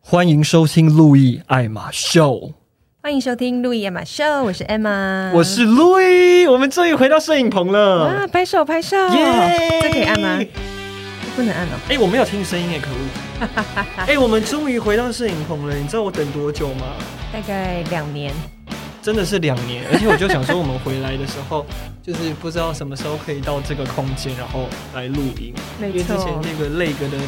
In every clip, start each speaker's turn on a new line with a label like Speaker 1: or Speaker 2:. Speaker 1: 欢迎收听路易爱马秀，
Speaker 2: 欢迎收听《路易野马秀》，我是 Emma，
Speaker 1: 我是路易，我们终于回到摄影棚
Speaker 2: 嗯哇，
Speaker 1: 了。
Speaker 2: 拍手拍手，
Speaker 1: 耶
Speaker 2: 这可以按吗？不能按哦，
Speaker 1: 哎、我没有听声音哎，可恶！ 哎、我们终于回到摄影棚了，你知道我等多久吗？
Speaker 2: 大概两年，
Speaker 1: 真的是两年，而且我就想说，我们回来的时候，就是不知道什么时候可以到这个空间，然后来录音。
Speaker 2: 没
Speaker 1: 因为之
Speaker 2: 错
Speaker 1: 前那个累格的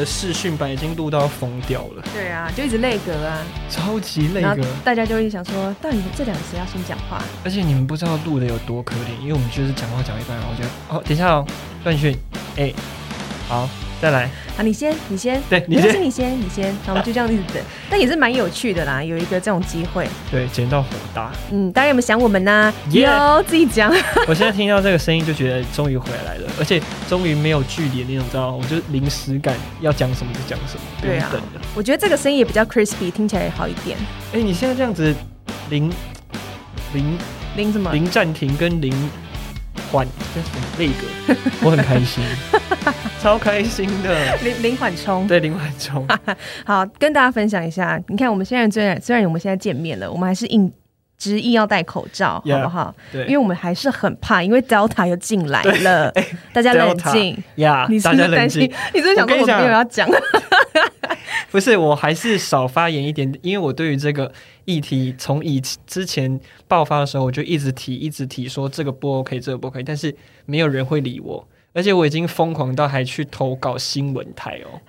Speaker 1: 的视讯版已经录到要疯掉了，
Speaker 2: 对啊，就一直内格啊，
Speaker 1: 超级累
Speaker 2: 然
Speaker 1: 格
Speaker 2: 后。大家就会想说，到底这两个谁要先讲话？
Speaker 1: 而且你们不知道录的有多可怜，因为我们就是讲话讲一半，然后就哦，等一下哦，段讯，哎、好，再来，
Speaker 2: 啊，你先，你先，
Speaker 1: 对你
Speaker 2: 没关系
Speaker 1: 先
Speaker 2: 你先，你先，然后我们就这样一直等，但也是蛮有趣的啦，有一个这种机会，
Speaker 1: 对，捡到火 大。
Speaker 2: 嗯，大家有没有想我们呢？
Speaker 1: 耶
Speaker 2: 有，自己讲，
Speaker 1: 我现在听到这个声音就觉得终于回来了，而且终于没有距离那种，知道吗？我就临时感，要讲什么就讲什么，不用
Speaker 2: 对啊
Speaker 1: 等的。
Speaker 2: 我觉得这个声音也比较 crispy，听起来也好一点，
Speaker 1: 哎、你现在这样子零零
Speaker 2: 零什么？
Speaker 1: 零暂停跟零缓，这是什么那个？我很开 心，超开心的。
Speaker 2: 零零缓冲，
Speaker 1: 对，林婉中，
Speaker 2: 好，跟大家分享一下，你看我们现在虽然虽然我们现在见面了，我们还是硬执意要戴口罩
Speaker 1: Yeah，
Speaker 2: 好不好？
Speaker 1: 对，
Speaker 2: 因为我们还是很怕，因为 Delta 又进来 了，大家冷静。
Speaker 1: 呀
Speaker 2: 你是
Speaker 1: 哎啊大
Speaker 2: 不
Speaker 1: 家
Speaker 2: 是
Speaker 1: 冷
Speaker 2: 担心
Speaker 1: 静。？
Speaker 2: 你是不是想说我没有要讲？
Speaker 1: 不是，我还是少发言一点，因为我对于这个议题，从以之前爆发的时候，我就一直提，一直提说这个不 OK，这个不 OK，但是没有人会理我，而且我已经疯狂到还去投稿新闻台哦，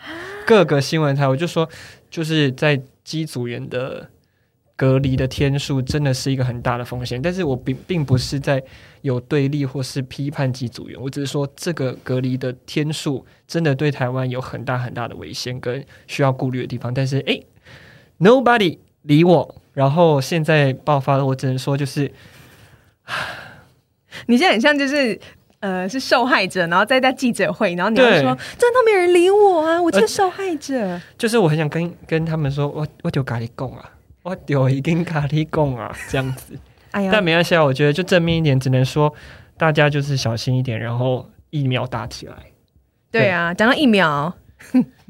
Speaker 1: 各个新闻台，我就说，就是在机组员的。隔离的天数真的是一个很大的风险，但是我并并不是在有对立或是批判机组员，我只是说这个隔离的天数真的对台湾有很大很大的危险跟需要顾虑的地方。但是，诶 n o b o d y 理我。然后现在爆发了，我只能说就是
Speaker 2: 你现在很像就是。呃，是受害者，然后再在记者会，然后你要
Speaker 1: 对呃
Speaker 2: 说，真的都没有人理我啊，我就是受害者。
Speaker 1: 就是我很想跟跟他们说，我我丢咖喱贡啊，我丢一根咖喱贡 啊，这样子。
Speaker 2: 哎呀
Speaker 1: 但，没关系啊，我觉得就正面一点，只能说大家就是小心一点，然后疫苗打起来。
Speaker 2: 对啊，讲到疫苗，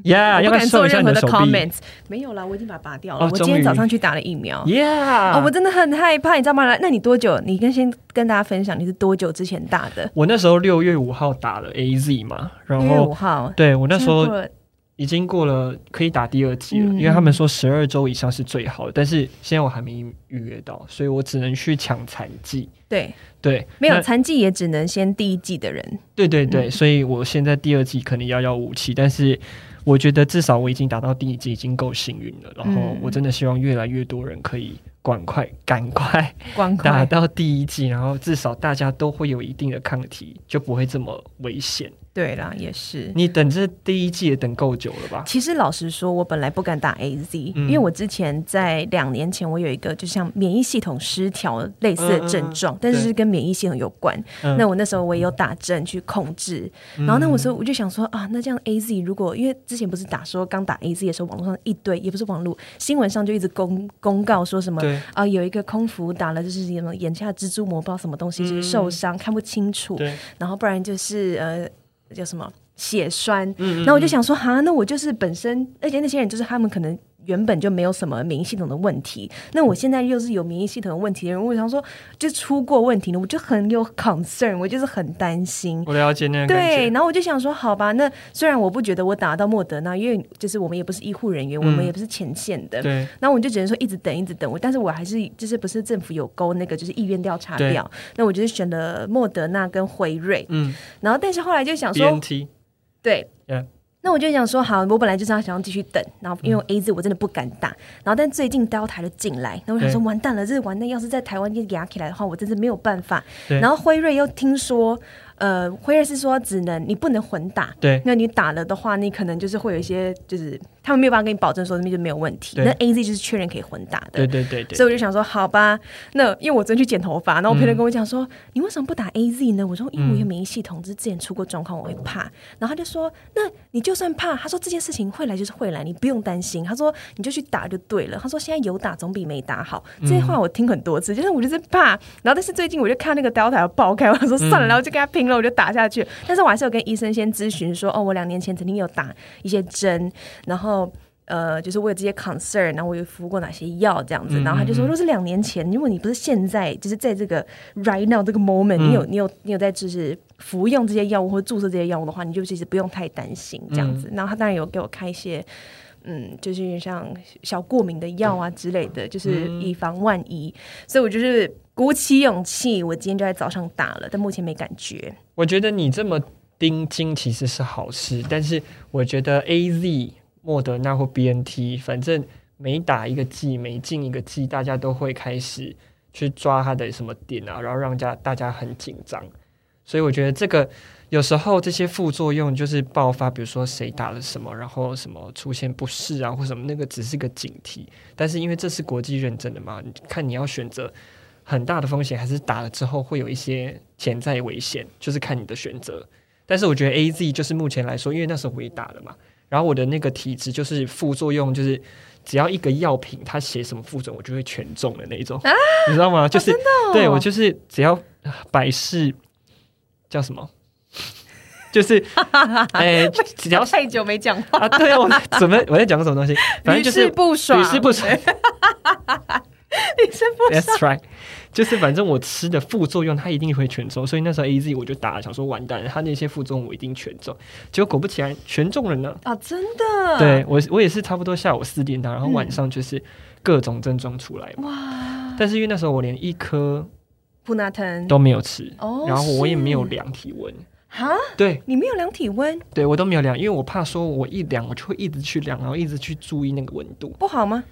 Speaker 1: Yeah，
Speaker 2: 我
Speaker 1: 要不然
Speaker 2: 不敢
Speaker 1: 送
Speaker 2: 做
Speaker 1: 一下
Speaker 2: 任
Speaker 1: 你
Speaker 2: 何
Speaker 1: 的
Speaker 2: 的
Speaker 1: 手臂。
Speaker 2: comments。没有啦，我已经把它拔掉了。
Speaker 1: 哦
Speaker 2: 我今
Speaker 1: 终于
Speaker 2: 天早上去打了疫苗。
Speaker 1: Yeah，
Speaker 2: 哦，我真的很害怕，你知道吗？来那你多久？你跟先跟大家分享，你是多久之前打的？
Speaker 1: 我那时候六月五号打了 AZ 嘛，然
Speaker 2: 六月
Speaker 1: 后
Speaker 2: 五号。
Speaker 1: 对我那时候
Speaker 2: 现在过了
Speaker 1: 已经过了可以打第二季了，
Speaker 2: 嗯
Speaker 1: 因为他们说十二周以上是最好的，但是现在我还没预约到，所以我只能去抢残季。
Speaker 2: 对，
Speaker 1: 对，
Speaker 2: 没有
Speaker 1: 那
Speaker 2: 残疾也只能先第一季的嗯人。
Speaker 1: 对对对，所以我现在第二季可能遥遥无期，但是我觉得至少我已经打到第一季已经够幸运了，然后
Speaker 2: 嗯
Speaker 1: 我真的希望越来越多人可以赶快赶快
Speaker 2: 光
Speaker 1: 打
Speaker 2: 快
Speaker 1: 到第一季，然后至少大家都会有一定的抗体，就不会这么危险。
Speaker 2: 对啦，也是。
Speaker 1: 你等这第一季也等够久了吧？
Speaker 2: 其实老实说，我本来不敢打 A Z，、
Speaker 1: 嗯
Speaker 2: 因为我之前在两年前我有一个就像免疫系统失调类似的症
Speaker 1: 嗯
Speaker 2: 状，
Speaker 1: 嗯嗯
Speaker 2: 但是
Speaker 1: 对
Speaker 2: 是跟免疫系统有关。
Speaker 1: 嗯
Speaker 2: 那我那时候我也有打针去控制，然后那我说我就想说啊，那这样 A Z 如果因为之前不是打说刚打 A Z 的时候，网络上一堆也不是网络新闻上就一直公公告说什么
Speaker 1: 对
Speaker 2: 啊、有一个空服打了就是什么眼下蜘蛛膜不知道什么东西，就是受伤看不清楚，
Speaker 1: 嗯对，
Speaker 2: 然后不然就是呃叫什么血栓，
Speaker 1: 嗯
Speaker 2: 然后我就想说，哈，那我就是本身，而且那些人就是他们可能原本就没有什么免疫系统的问题，那我现在又是有免疫系统的问题的人，我想说就出过问题了，我就很有 concern，我就是很担心。
Speaker 1: 我了解那个感觉
Speaker 2: 对，。然后我就想说，好吧，那虽然我不觉得我打到莫德纳，因为就是我们也不是医护人员，我们也不是前线的，
Speaker 1: 嗯对，
Speaker 2: 然后我就只能说一直等，一直等。我但是我还是就是不是政府有勾那个就是意愿调查
Speaker 1: 对
Speaker 2: 表，那我就是选了莫德纳跟辉瑞。
Speaker 1: 嗯
Speaker 2: 然后但是后来就想说，
Speaker 1: ，BNT，
Speaker 2: 对。
Speaker 1: Yeah
Speaker 2: 那我就想说，好，我本来就是要想要继续等，然后因为
Speaker 1: 嗯
Speaker 2: A Z 我真的不敢打，然后但最近刀台就进来，那我想说
Speaker 1: 对
Speaker 2: 完蛋了，这完蛋，要是在台湾给压起来的话，我真是没有办法。
Speaker 1: 对
Speaker 2: 然后辉瑞又听说，呃，辉瑞是说只能你不能混打，
Speaker 1: 对
Speaker 2: 那你打了的话，你可能就是会有一些，就是他们没有办法跟你保证说那边就没有问题。
Speaker 1: 对
Speaker 2: 那 A Z 就是确认可以混打的
Speaker 1: 对，对对对，嗯
Speaker 2: 所以我就想说，好吧，那因为我昨天去剪头发，然后我朋友跟我讲说，你为什么不打 A Z 呢？我说，因为我有免疫系统，这之前出过状况，我会怕。然后他就说，那你就算怕，他说这件事情会来就是会来，你不用担心。他说你就去打就对了。他说现在有打总比没打好。
Speaker 1: 嗯
Speaker 2: 这些话我听很多次，就是我就是怕。然后但是最近我就看那个 Delta 要爆开，我 想说算
Speaker 1: 嗯
Speaker 2: 了，然后就跟他拼了，我就打下去。但是我还是有跟医生先咨询说，哦，我两年前曾经有打一些针，然后。呃，就是我有这些 concern，然后我有服过哪些药这样子，
Speaker 1: 嗯
Speaker 2: 然后他就说，
Speaker 1: 嗯嗯
Speaker 2: 如果是两年前，如果你不是现在，就是在这个 right now 这个 moment，、你有
Speaker 1: 嗯
Speaker 2: 你有你有在就是服用这些药物或注射这些药物的话，你就其实不用太担心这样
Speaker 1: 嗯
Speaker 2: 子。然后他当然有给我开一些。嗯，就是像小过敏的药啊之类的，就是
Speaker 1: 嗯
Speaker 2: 以防万一。所以我就是鼓起勇气，我今天就在早上打了，但目前没感觉。
Speaker 1: 我觉得你这么盯紧其实是好事，但是我觉得 A Z、莫德纳或 B N T，反正每打一个剂，每进一个剂，大家都会开始去抓它的什么点啊，然后让家大家很紧张。所以我觉得这个有时候这些副作用就是爆发，比如说谁打了什么，然后什么出现不适啊或什么，那个只是个警惕。但是因为这是国际认证的嘛，你看你要选择很大的风险，还是打了之后会有一些潜在危险，就是看你的选择。但是我觉得 A Z 就是目前来说，因为那时候我也打了嘛，然后我的那个体质就是副作用就是。只要一个药品，它写什么副作用，我就会全中的那一种，你知道吗？就是、
Speaker 2: 哦
Speaker 1: 对我就是只要百事叫什么， 就是哎、只要
Speaker 2: 太久没讲话，
Speaker 1: 啊，对啊，我在怎么我在讲什么东西？反正就是
Speaker 2: 屡试不爽，
Speaker 1: 屡试不爽
Speaker 2: 你是不
Speaker 1: That's right，就是反正我吃的副作用它一定会全中，所以那时候 A Z 我就打了，想说完蛋了，它那些副作用我一定全中。结果果不其然全中了呢。
Speaker 2: 啊，真的，
Speaker 1: 对我我也是差不多下午四点打，然后晚上就是各种症状出来嘛。
Speaker 2: 嗯哇，
Speaker 1: 但是因为那时候我连一颗
Speaker 2: 普拿疼
Speaker 1: 都没有吃，
Speaker 2: 哦
Speaker 1: 然后我也没有
Speaker 2: 是
Speaker 1: 量体温，
Speaker 2: 哈，
Speaker 1: 对
Speaker 2: 你没有量体温
Speaker 1: 对，我都没有量，因为我怕说我一量我就会一直去量，然后一直去注意那个温度。
Speaker 2: 不好吗？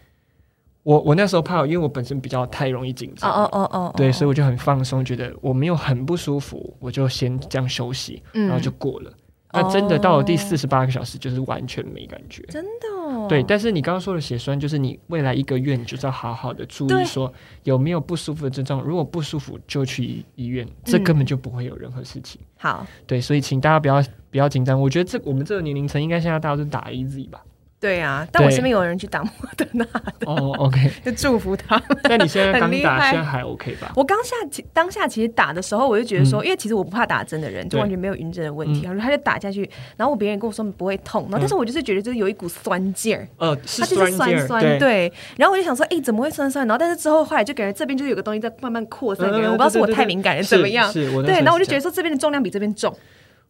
Speaker 1: 我我那时候怕，因为我本身比较太容易紧
Speaker 2: 哦
Speaker 1: 张了，
Speaker 2: 哦哦哦，
Speaker 1: 对，所以
Speaker 2: 以
Speaker 1: 我就很放松，觉得我没有很不舒服，我就先这样休息，
Speaker 2: 嗯
Speaker 1: 然后就过了。
Speaker 2: 哦
Speaker 1: 那真的到了第四十八个小时，就是完全没感觉。
Speaker 2: 真的哦，
Speaker 1: 对，但是你刚刚说的血栓，就是你未来一个月你就是要好好的注
Speaker 2: 对
Speaker 1: 意，说有没有不舒服的症状。如果不舒服就去医医院，
Speaker 2: 嗯
Speaker 1: 这根本就不会有任何事情。
Speaker 2: 好，
Speaker 1: 对，所以请大家不要不要紧张。我觉得这我们这个年龄层，应该现在大家都打 AZ 吧？
Speaker 2: 对啊，但我
Speaker 1: 对
Speaker 2: 身边有人去打莫德纳，
Speaker 1: 哦，OK。
Speaker 2: 就祝福他们。
Speaker 1: 但你现在刚
Speaker 2: 很厉
Speaker 1: 打，
Speaker 2: 害
Speaker 1: 现在还 OK 吧？
Speaker 2: 我刚下其当下其实打的时候，我就觉得说，因为其实我不怕打针的人，就
Speaker 1: 嗯对嗯
Speaker 2: 完全没有晕针的问题。然后他就打下去，然后我别人跟我说不会痛，然后但是我就是觉得就是有一股酸劲儿。
Speaker 1: 呃，嗯是
Speaker 2: 它就是
Speaker 1: 劲
Speaker 2: 酸
Speaker 1: 儿
Speaker 2: 酸，对。然后我就想说，哎，怎么会酸酸？然后但是之后后来就感觉这边就是有个东西在慢慢 扩散给人，
Speaker 1: 嗯
Speaker 2: 我不知道是我
Speaker 1: 对对
Speaker 2: 太
Speaker 1: 对
Speaker 2: 敏感了
Speaker 1: 是
Speaker 2: 怎么样。
Speaker 1: 是我那时
Speaker 2: 对，
Speaker 1: 候
Speaker 2: 然后我就是觉得说这边的重量比这边重，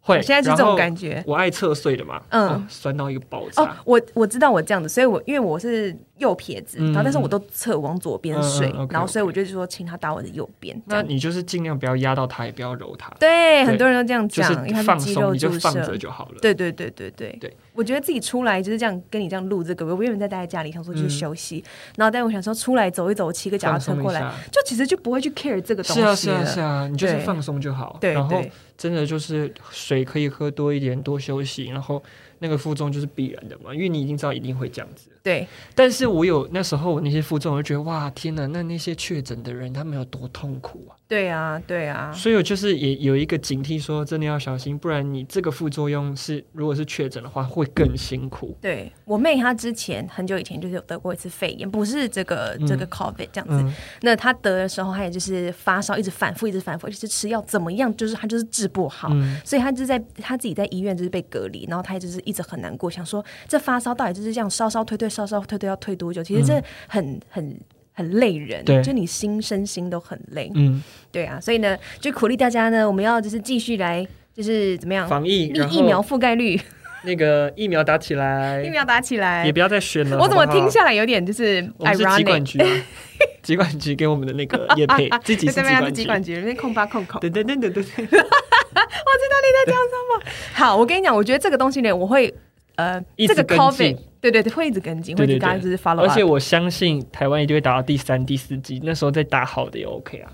Speaker 1: 会，
Speaker 2: 我现在是这种感
Speaker 1: 觉。
Speaker 2: 觉。
Speaker 1: 我爱侧睡的嘛，
Speaker 2: 嗯
Speaker 1: 哦酸到一个爆
Speaker 2: 哦
Speaker 1: 炸。，
Speaker 2: 我我知道我这样子，所以我因为我是右撇子，
Speaker 1: 嗯
Speaker 2: 然后但是我都侧往左边睡
Speaker 1: 嗯嗯，，OK，
Speaker 2: 然后所以
Speaker 1: OK
Speaker 2: 我就说请他打我的右边。这
Speaker 1: 那
Speaker 2: 样
Speaker 1: 你就是尽量不要压到它，也不要揉它，
Speaker 2: 对，
Speaker 1: 对
Speaker 2: 很多人都这样
Speaker 1: 就
Speaker 2: 讲，因为它
Speaker 1: 放
Speaker 2: 是肌
Speaker 1: 松，
Speaker 2: 肉
Speaker 1: 你就
Speaker 2: 注
Speaker 1: 放
Speaker 2: 射。
Speaker 1: 着就好了。
Speaker 2: 对对对对对
Speaker 1: 对，
Speaker 2: 我觉得自己出来就是这样跟你这样录这个，我原本在待在家里想说去
Speaker 1: 嗯
Speaker 2: 休息，然后但我想说出来走一走，骑个脚踏
Speaker 1: 放
Speaker 2: 车
Speaker 1: 松
Speaker 2: 过
Speaker 1: 一
Speaker 2: 来，
Speaker 1: 下。
Speaker 2: 就其实就不会去 care 这个东西
Speaker 1: 是
Speaker 2: 了。
Speaker 1: 啊，是啊，是啊，你就是放松就好。
Speaker 2: 对
Speaker 1: 然后
Speaker 2: 对
Speaker 1: 真的就是水可以喝多一点，多休息，然后那个负重就是必然的嘛，因为你已经知道一定会这样子。
Speaker 2: 对，
Speaker 1: 但是我有那时候我那些负重，我就觉得哇，天哪，那那些确诊的人他们有多痛苦啊！
Speaker 2: 对啊，对啊，
Speaker 1: 所以我就是也有一个警惕说，真的要小心，不然你这个副作用是如果是确诊的话，会更辛苦。
Speaker 2: 对我妹她之前很久以前就是有得过一次肺炎，不是这个这个 COVID 这样子。
Speaker 1: 嗯
Speaker 2: 那她得的时候，她也就是发烧，一直反复，一直反复，就是吃药怎么样，就是她就是治不好。
Speaker 1: 嗯
Speaker 2: 所以她就在她自己在医院就是被隔离，然后她就是一直很难过，想说这发烧到底就是这样烧烧退退烧烧退退要退多久？其实这很很很累人，
Speaker 1: 嗯对
Speaker 2: 就你心身心都很累。
Speaker 1: 嗯，
Speaker 2: 对啊，所以呢，就鼓励大家呢，我们要就是继续来，就是怎么样，
Speaker 1: 防疫，
Speaker 2: 立
Speaker 1: 然后
Speaker 2: 疫苗覆盖率，
Speaker 1: 那个疫苗打起来
Speaker 2: 疫，苗打起来
Speaker 1: 也。不要再选 了。
Speaker 2: 我怎么
Speaker 1: 好不好
Speaker 2: 听？下来有点就是
Speaker 1: 我们是疾管
Speaker 2: ironic，
Speaker 1: 局啊， 疾管局给我们的那个叶 配，自己
Speaker 2: 就是这边是
Speaker 1: 疾
Speaker 2: 机
Speaker 1: 管
Speaker 2: 管
Speaker 1: 局。
Speaker 2: 局，那边控八控口。
Speaker 1: 对对对对对，
Speaker 2: 好，我跟你讲，我觉得这个东西呢，我会呃，
Speaker 1: 一
Speaker 2: 这
Speaker 1: 直
Speaker 2: 个
Speaker 1: 跟
Speaker 2: COVID，
Speaker 1: 进
Speaker 2: 对对对，会一直跟进，会
Speaker 1: 对
Speaker 2: 一
Speaker 1: 对对
Speaker 2: 直跟大家就是 follow
Speaker 1: 而
Speaker 2: up
Speaker 1: 且。我相信台湾一定会打到第三、第四季，那时候再打好的也 OK 啊。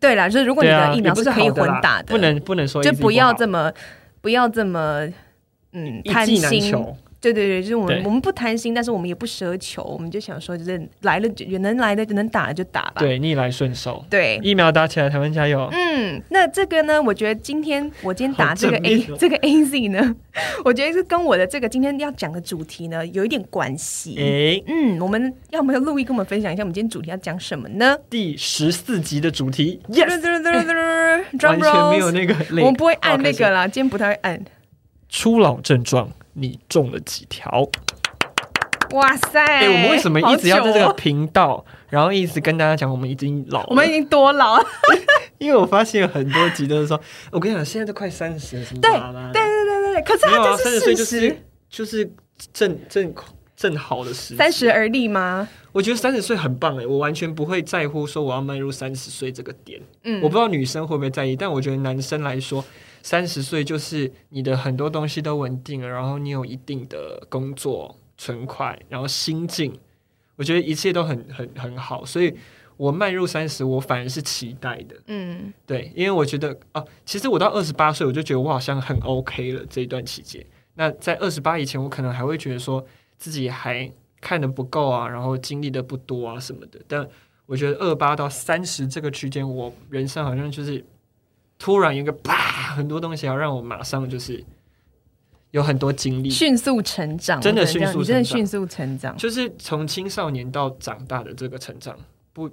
Speaker 2: 对啦，就是如果你
Speaker 1: 对啊，
Speaker 2: 的疫苗
Speaker 1: 也不是
Speaker 2: 可以
Speaker 1: 好的
Speaker 2: 混
Speaker 1: 啦
Speaker 2: 打的，
Speaker 1: 不能不能说
Speaker 2: 就
Speaker 1: AZ
Speaker 2: 不要
Speaker 1: 好
Speaker 2: 这么不要这么嗯
Speaker 1: 一
Speaker 2: 贪
Speaker 1: 剂难
Speaker 2: 心，
Speaker 1: 求。
Speaker 2: 对对对，就是我们
Speaker 1: 对
Speaker 2: 我们不贪心，但是我们也不奢求，我们就想说，就是来了就能来的就能打了就打吧。
Speaker 1: 对，逆来顺受，
Speaker 2: 对
Speaker 1: 疫苗打起来，台湾加油！
Speaker 2: 嗯，那这个呢？我觉得今天我今天打
Speaker 1: 好
Speaker 2: 这个
Speaker 1: 正
Speaker 2: A
Speaker 1: 面哦
Speaker 2: 这个 A Z 呢， 我觉得是跟我的这个今天要讲的主题呢有一点关系。
Speaker 1: 诶，
Speaker 2: 嗯，我们要不要陆毅跟我们分享一下我们今天主题要讲什么呢
Speaker 1: 第十四集的主题
Speaker 2: 嘟
Speaker 1: ，yes，
Speaker 2: 嘟嘟嘟嘟嘟
Speaker 1: 完
Speaker 2: ，drum
Speaker 1: 全没有
Speaker 2: rolls。
Speaker 1: 那个
Speaker 2: 我
Speaker 1: 累，
Speaker 2: 们不会按
Speaker 1: 好
Speaker 2: 那
Speaker 1: 开始
Speaker 2: 个啦，今天不太会按。
Speaker 1: 初老症状，你中了几条？
Speaker 2: 哇塞！
Speaker 1: 哎、我们为什么一直要在这个
Speaker 2: 好久哦？
Speaker 1: 频道，然后一直跟大家讲我们已经老
Speaker 2: 我们已
Speaker 1: 了？
Speaker 2: 经多老，
Speaker 1: 因为我发现很多集都是说，我跟你讲，现在都快三十，什么
Speaker 2: 对
Speaker 1: 巴拉
Speaker 2: 对 对对对对，可是
Speaker 1: 没有
Speaker 2: 它
Speaker 1: 啊，
Speaker 2: 就
Speaker 1: 三
Speaker 2: 是
Speaker 1: 十岁
Speaker 2: 事
Speaker 1: 就
Speaker 2: 实
Speaker 1: 是。就是正正正好的时
Speaker 2: 三十而立吗？
Speaker 1: 我觉得三十岁很棒哎，我完全不会在乎说我要迈入三十岁这个点。
Speaker 2: 嗯，
Speaker 1: 我不知道女生会不会在意，但我觉得男生来说，三十岁就是你的很多东西都稳定了，然后你有一定的工作存款，然后心境，我觉得一切都很很很好。所以我迈入三十，我反而是期待的。
Speaker 2: 嗯，
Speaker 1: 对，因为我觉得啊，其实我到二十八岁，我就觉得我好像很 OK 了这一段期间。那在二十八以前，我可能还会觉得说自己还看的不够啊，然后经历的不多啊什么的。但我觉得二八到三十这个区间，我人生好像就是突然有一个啪，很多东西要让我马上就是有很多经历，
Speaker 2: 迅速成长，
Speaker 1: 真的
Speaker 2: 我只能这
Speaker 1: 迅
Speaker 2: 样
Speaker 1: 速
Speaker 2: 你真的
Speaker 1: 成长
Speaker 2: 迅速成长。
Speaker 1: 就是从青少年到长大的这个成长，不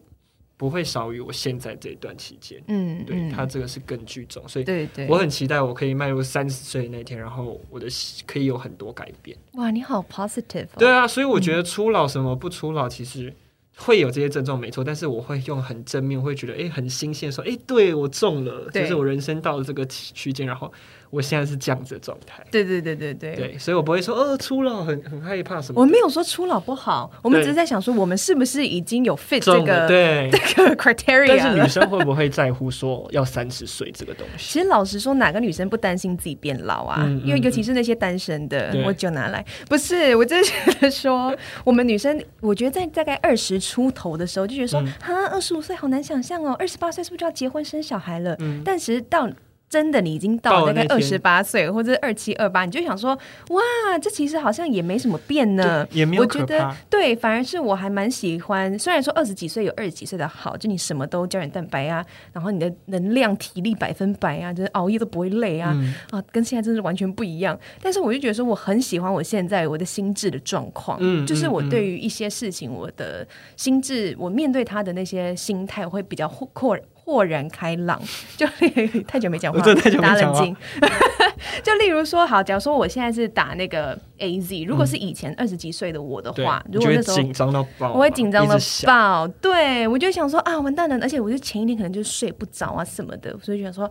Speaker 1: 不会少于我现在这一段期间。
Speaker 2: 嗯，
Speaker 1: 对，
Speaker 2: 嗯
Speaker 1: 它这个是更聚重，所以
Speaker 2: 对对，
Speaker 1: 我很期待我可以迈入三十岁那天，然后我的喜可以有很多改变。
Speaker 2: 哇，你好 positive，、哦、
Speaker 1: 对啊，所以我觉得初老什么不初老，其实会有这些症状没错，但是我会用很正面，会觉得诶很新鲜，说诶对我中了，
Speaker 2: 对
Speaker 1: 就是我人生到了这个区区间，然后我现在是这样子的状态。
Speaker 2: 对对对对对。
Speaker 1: 对，所以我不会说哦初老很很害怕什么的。
Speaker 2: 我没有说初老不好，我们
Speaker 1: 对
Speaker 2: 只是在想说，我们是不是已经有 fit 这
Speaker 1: 中了，
Speaker 2: 个啊
Speaker 1: 对。
Speaker 2: 这个 criteria
Speaker 1: 但是女
Speaker 2: 了？
Speaker 1: 生会不会在乎说要三十岁这个东西？
Speaker 2: 其实老实说，哪个女生不担心自己变老啊？
Speaker 1: 嗯嗯
Speaker 2: 因为尤其是那些单身的
Speaker 1: 对，
Speaker 2: 我就拿来。不是，我真的觉得说，我们女生，我觉得在大概二十出头的时候，就觉得说，
Speaker 1: 嗯
Speaker 2: 哈、二十五岁好难想象哦，二十八岁是不是就要结婚生小孩了？
Speaker 1: 嗯
Speaker 2: 但其实到真的你已经
Speaker 1: 到
Speaker 2: 到
Speaker 1: 了
Speaker 2: 大概
Speaker 1: 那
Speaker 2: 二
Speaker 1: 天
Speaker 2: 十八岁或者二七二八，你就想说，哇，这其实好像也没什么变呢，
Speaker 1: 对也没有
Speaker 2: 我觉
Speaker 1: 可
Speaker 2: 得
Speaker 1: 怕
Speaker 2: 对，反而是我还蛮喜欢。虽然说二十几岁有二十几岁的好，就你什么都胶原蛋白啊，然后你的能量、体力百分百啊，就是熬夜都不会累啊，
Speaker 1: 嗯
Speaker 2: 啊，跟现在真是完全不一样。但是我就觉得说，我很喜欢我现在我的心智的状况，
Speaker 1: 嗯
Speaker 2: 就是我
Speaker 1: 嗯嗯
Speaker 2: 对于一些事情，我的心智，我面对他的那些心态，我会比较豁豁豁然开朗。 就太久没讲话，
Speaker 1: 我真的太久没
Speaker 2: 大家
Speaker 1: 讲
Speaker 2: 冷
Speaker 1: 话
Speaker 2: 静。就例如说，好，假如说我现在是打那个 A Z，如果是以前二十几岁的我的
Speaker 1: 嗯对
Speaker 2: 话，，
Speaker 1: 你
Speaker 2: 如
Speaker 1: 就
Speaker 2: 果
Speaker 1: 会
Speaker 2: 那时候
Speaker 1: 紧张到爆嘛，
Speaker 2: 我会紧张
Speaker 1: 一
Speaker 2: 到
Speaker 1: 直想
Speaker 2: 爆，对我就想说啊，完蛋了！而且我就前一天可能就睡不着啊什么的，所以就想说，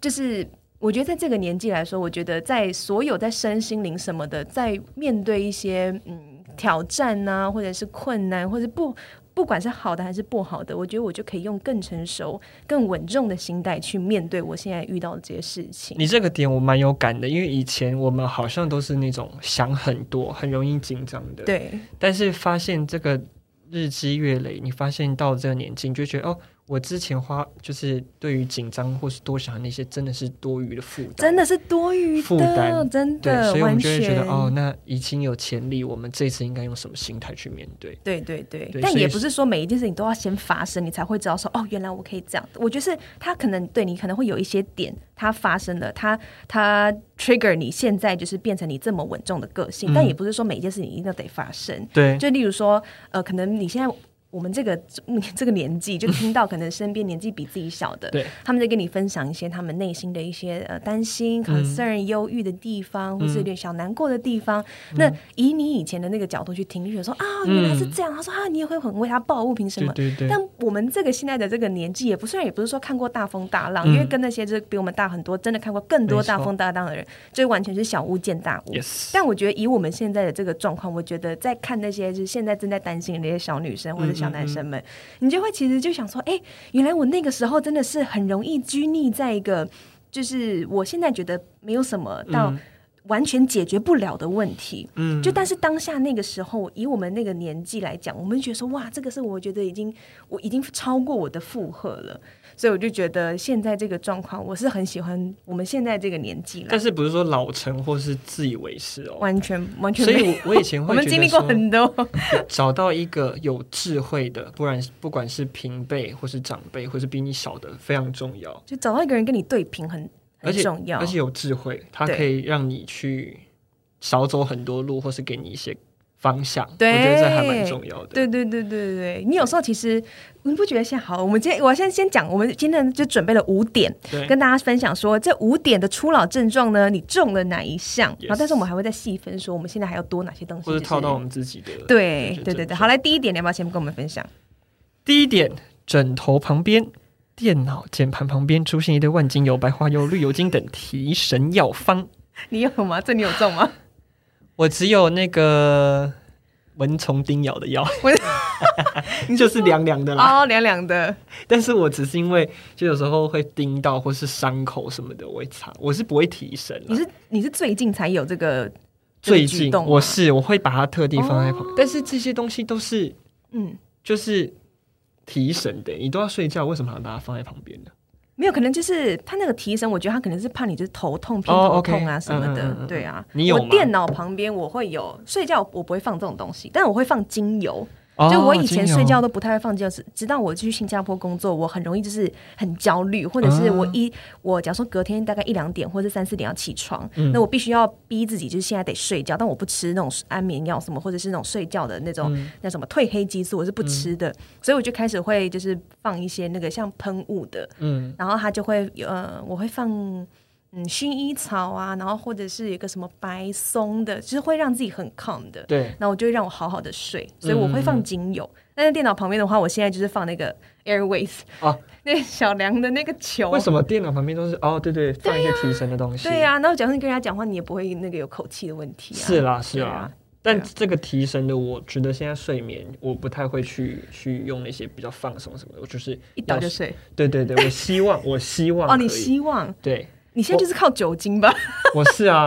Speaker 2: 就是我觉得在这个年纪来说，我觉得在所有在身心灵什么的，在面对一些嗯挑战呐、或者是困难，或者不不管是好的还是不好的，我觉得我就可以用更成熟、更稳重的心态去面对我现在遇到的这些事情。
Speaker 1: 你这个点我蛮有感的，因为以前我们好像都是那种想很多、很容易紧张的，。
Speaker 2: 对，
Speaker 1: 但是发现这个日积月累，你发现到这个年纪，你就觉得哦，我之前花就是对于紧张或是多想的那些，真的是多余的负担。
Speaker 2: 真的是多余
Speaker 1: 负
Speaker 2: 的
Speaker 1: 担，
Speaker 2: 真
Speaker 1: 对，
Speaker 2: 的
Speaker 1: 所以我
Speaker 2: 完
Speaker 1: 们就会
Speaker 2: 全
Speaker 1: 觉得哦，那已经有潜力，我们这次应该用什么心态去面对？
Speaker 2: 对对对，
Speaker 1: 对
Speaker 2: 但
Speaker 1: 所以
Speaker 2: 也不是说每一件事情都要先发生，你才会知道说哦，原来我可以这样。我觉得是它可能对你可能会有一些点，它发生了，它它 trigger 你现在就是变成你这么稳重的个性，
Speaker 1: 嗯
Speaker 2: 但也不是说每一件事情一定都得发生。
Speaker 1: 对，
Speaker 2: 就例如说，呃，可能你现在。我们这个嗯这个年纪，就听到可能身边年纪比自己小的，
Speaker 1: 对
Speaker 2: 他们在跟你分享一些他们内心的一些呃担心、
Speaker 1: 嗯
Speaker 2: concern、忧郁的地方，或是有点小难过的地方。那
Speaker 1: 嗯
Speaker 2: 以你以前的那个角度去听，就觉得说啊，原来是这样。他说啊，你也会很为他抱不平什
Speaker 1: 对
Speaker 2: 么。
Speaker 1: 对对
Speaker 2: 但，我们这个现在的这个年纪，也不虽然也不是说看过大风大浪，
Speaker 1: 嗯
Speaker 2: 因为跟那些就是比我们大很多，真的看过更多
Speaker 1: 没错
Speaker 2: 大风大浪的人，就完全是小巫见大巫。
Speaker 1: yes，
Speaker 2: 但我觉得以我们现在的这个状况，我觉得在看那些就是现在正在担心的那些小女生
Speaker 1: 嗯
Speaker 2: 或者小男生们，你就会其实就想说，哎、原来我那个时候真的是很容易拘泥在一个，就是我现在觉得没有什么到
Speaker 1: 嗯
Speaker 2: 完全解决不了的问题。
Speaker 1: 嗯，
Speaker 2: 就但是当下那个时候，以我们那个年纪来讲，我们觉得说哇，这个是我觉得已经我已经超过我的负荷了，所以我就觉得现在这个状况，我是很喜欢我们现在这个年纪了
Speaker 1: 但，是不是说老成或是自以为是哦？
Speaker 2: 完全完全
Speaker 1: 所
Speaker 2: 没有。
Speaker 1: 以我，我以前会
Speaker 2: 我们
Speaker 1: 觉
Speaker 2: 经
Speaker 1: 得
Speaker 2: 历过
Speaker 1: 说
Speaker 2: 很多，
Speaker 1: 找到一个有智慧的，不然不管是平辈或是长辈，或是比你小的，非常重要，
Speaker 2: 就找到一个人跟你对平很
Speaker 1: 而
Speaker 2: 很
Speaker 1: 且
Speaker 2: 重要
Speaker 1: 而。且有智慧，它
Speaker 2: 对
Speaker 1: 可以让你去少走很多路，或是给你一些方向，
Speaker 2: 对
Speaker 1: 我觉得这还蛮重要的。
Speaker 2: 对对对对对对，你有时候其实你不觉得现在好？我们今天我先先讲，我们今天就准备了五点，
Speaker 1: 对
Speaker 2: 跟大家分享说这五点的初老症状呢，你中了哪一项
Speaker 1: Yes
Speaker 2: 然后但是我们还会再细分说，我们现在还要多哪些东西，
Speaker 1: 或者
Speaker 2: 就是
Speaker 1: 套到我们自己的。就
Speaker 2: 对对
Speaker 1: 是
Speaker 2: 对对，
Speaker 1: 症
Speaker 2: 好，来第一点，你要不要先跟我们分享？
Speaker 1: 第一点，枕头旁边、电脑键盘旁边出现一堆万金油、白花油、绿油精等提神药方。
Speaker 2: 你有吗？这你有中吗？
Speaker 1: 我只有那个蚊虫叮咬的药， 就是凉凉的啦。
Speaker 2: 哦，凉凉的，
Speaker 1: 但是我只是因为就有时候会叮到或是伤口什么的，我会擦，我是不会提神
Speaker 2: 你
Speaker 1: 啦。
Speaker 2: 是你是最近才有这个这个
Speaker 1: 最
Speaker 2: 举
Speaker 1: 近
Speaker 2: 动吗
Speaker 1: 我是我会把它特地放在旁
Speaker 2: 哦
Speaker 1: 边，但是这些东西都是
Speaker 2: 嗯，
Speaker 1: 就是提神的，你都要睡觉，为什么还要把它放在旁边呢？
Speaker 2: 没有，可能就是他那个提神，我觉得他可能是怕你就是头痛、偏
Speaker 1: 哦
Speaker 2: 头
Speaker 1: ，OK，
Speaker 2: 痛啊什么
Speaker 1: 嗯
Speaker 2: 的，
Speaker 1: 嗯嗯嗯
Speaker 2: 对啊。
Speaker 1: 你有
Speaker 2: 我
Speaker 1: 吗
Speaker 2: 电脑旁边我会有睡觉，我不会放这种东西，但我会放精油。
Speaker 1: 哦
Speaker 2: 就我以前睡觉
Speaker 1: 都
Speaker 2: 都不太会放精油，直直到我去新加坡工作，我很容易就是很焦虑，或者是
Speaker 1: 嗯
Speaker 2: 我一、我假如说隔天大概一两点或者三四点要起床，
Speaker 1: 嗯
Speaker 2: 那我必须要逼自己就是现在得睡觉，但我不吃那种安眠药什么，或者是那种睡觉的那种、
Speaker 1: 嗯
Speaker 2: 那什么褪黑激素，我是不吃的，所以我就开始会就是放一些那个像喷雾的，
Speaker 1: 嗯
Speaker 2: 然后它就会有呃，我会放嗯薰衣草啊，然后或者是有一个什么白松的，就是会让自己很 calm 的。
Speaker 1: 对
Speaker 2: 然后我就会让我好好的睡，所以我会放精油。但是电脑旁边的话，我现在就是放那个 Airways
Speaker 1: 啊，
Speaker 2: 那小梁的那个球。
Speaker 1: 为什么电脑旁边都是哦？对对，放一些提神的东西。
Speaker 2: 哦对、啊呀、然后假如你跟人家讲话，你也不会那个有口气的问题啊。
Speaker 1: 是啦是
Speaker 2: 对
Speaker 1: 啦
Speaker 2: 啊。
Speaker 1: 但这个提神的，我觉得现在睡眠我不太会去去用那些比较放松什么的，我就是
Speaker 2: 一倒
Speaker 1: 要
Speaker 2: 就。睡。
Speaker 1: 对对对，我希 望我希望
Speaker 2: 哦，你
Speaker 1: 可以
Speaker 2: 希望
Speaker 1: 对，
Speaker 2: 你现在就是靠酒精吧？
Speaker 1: 我是啊，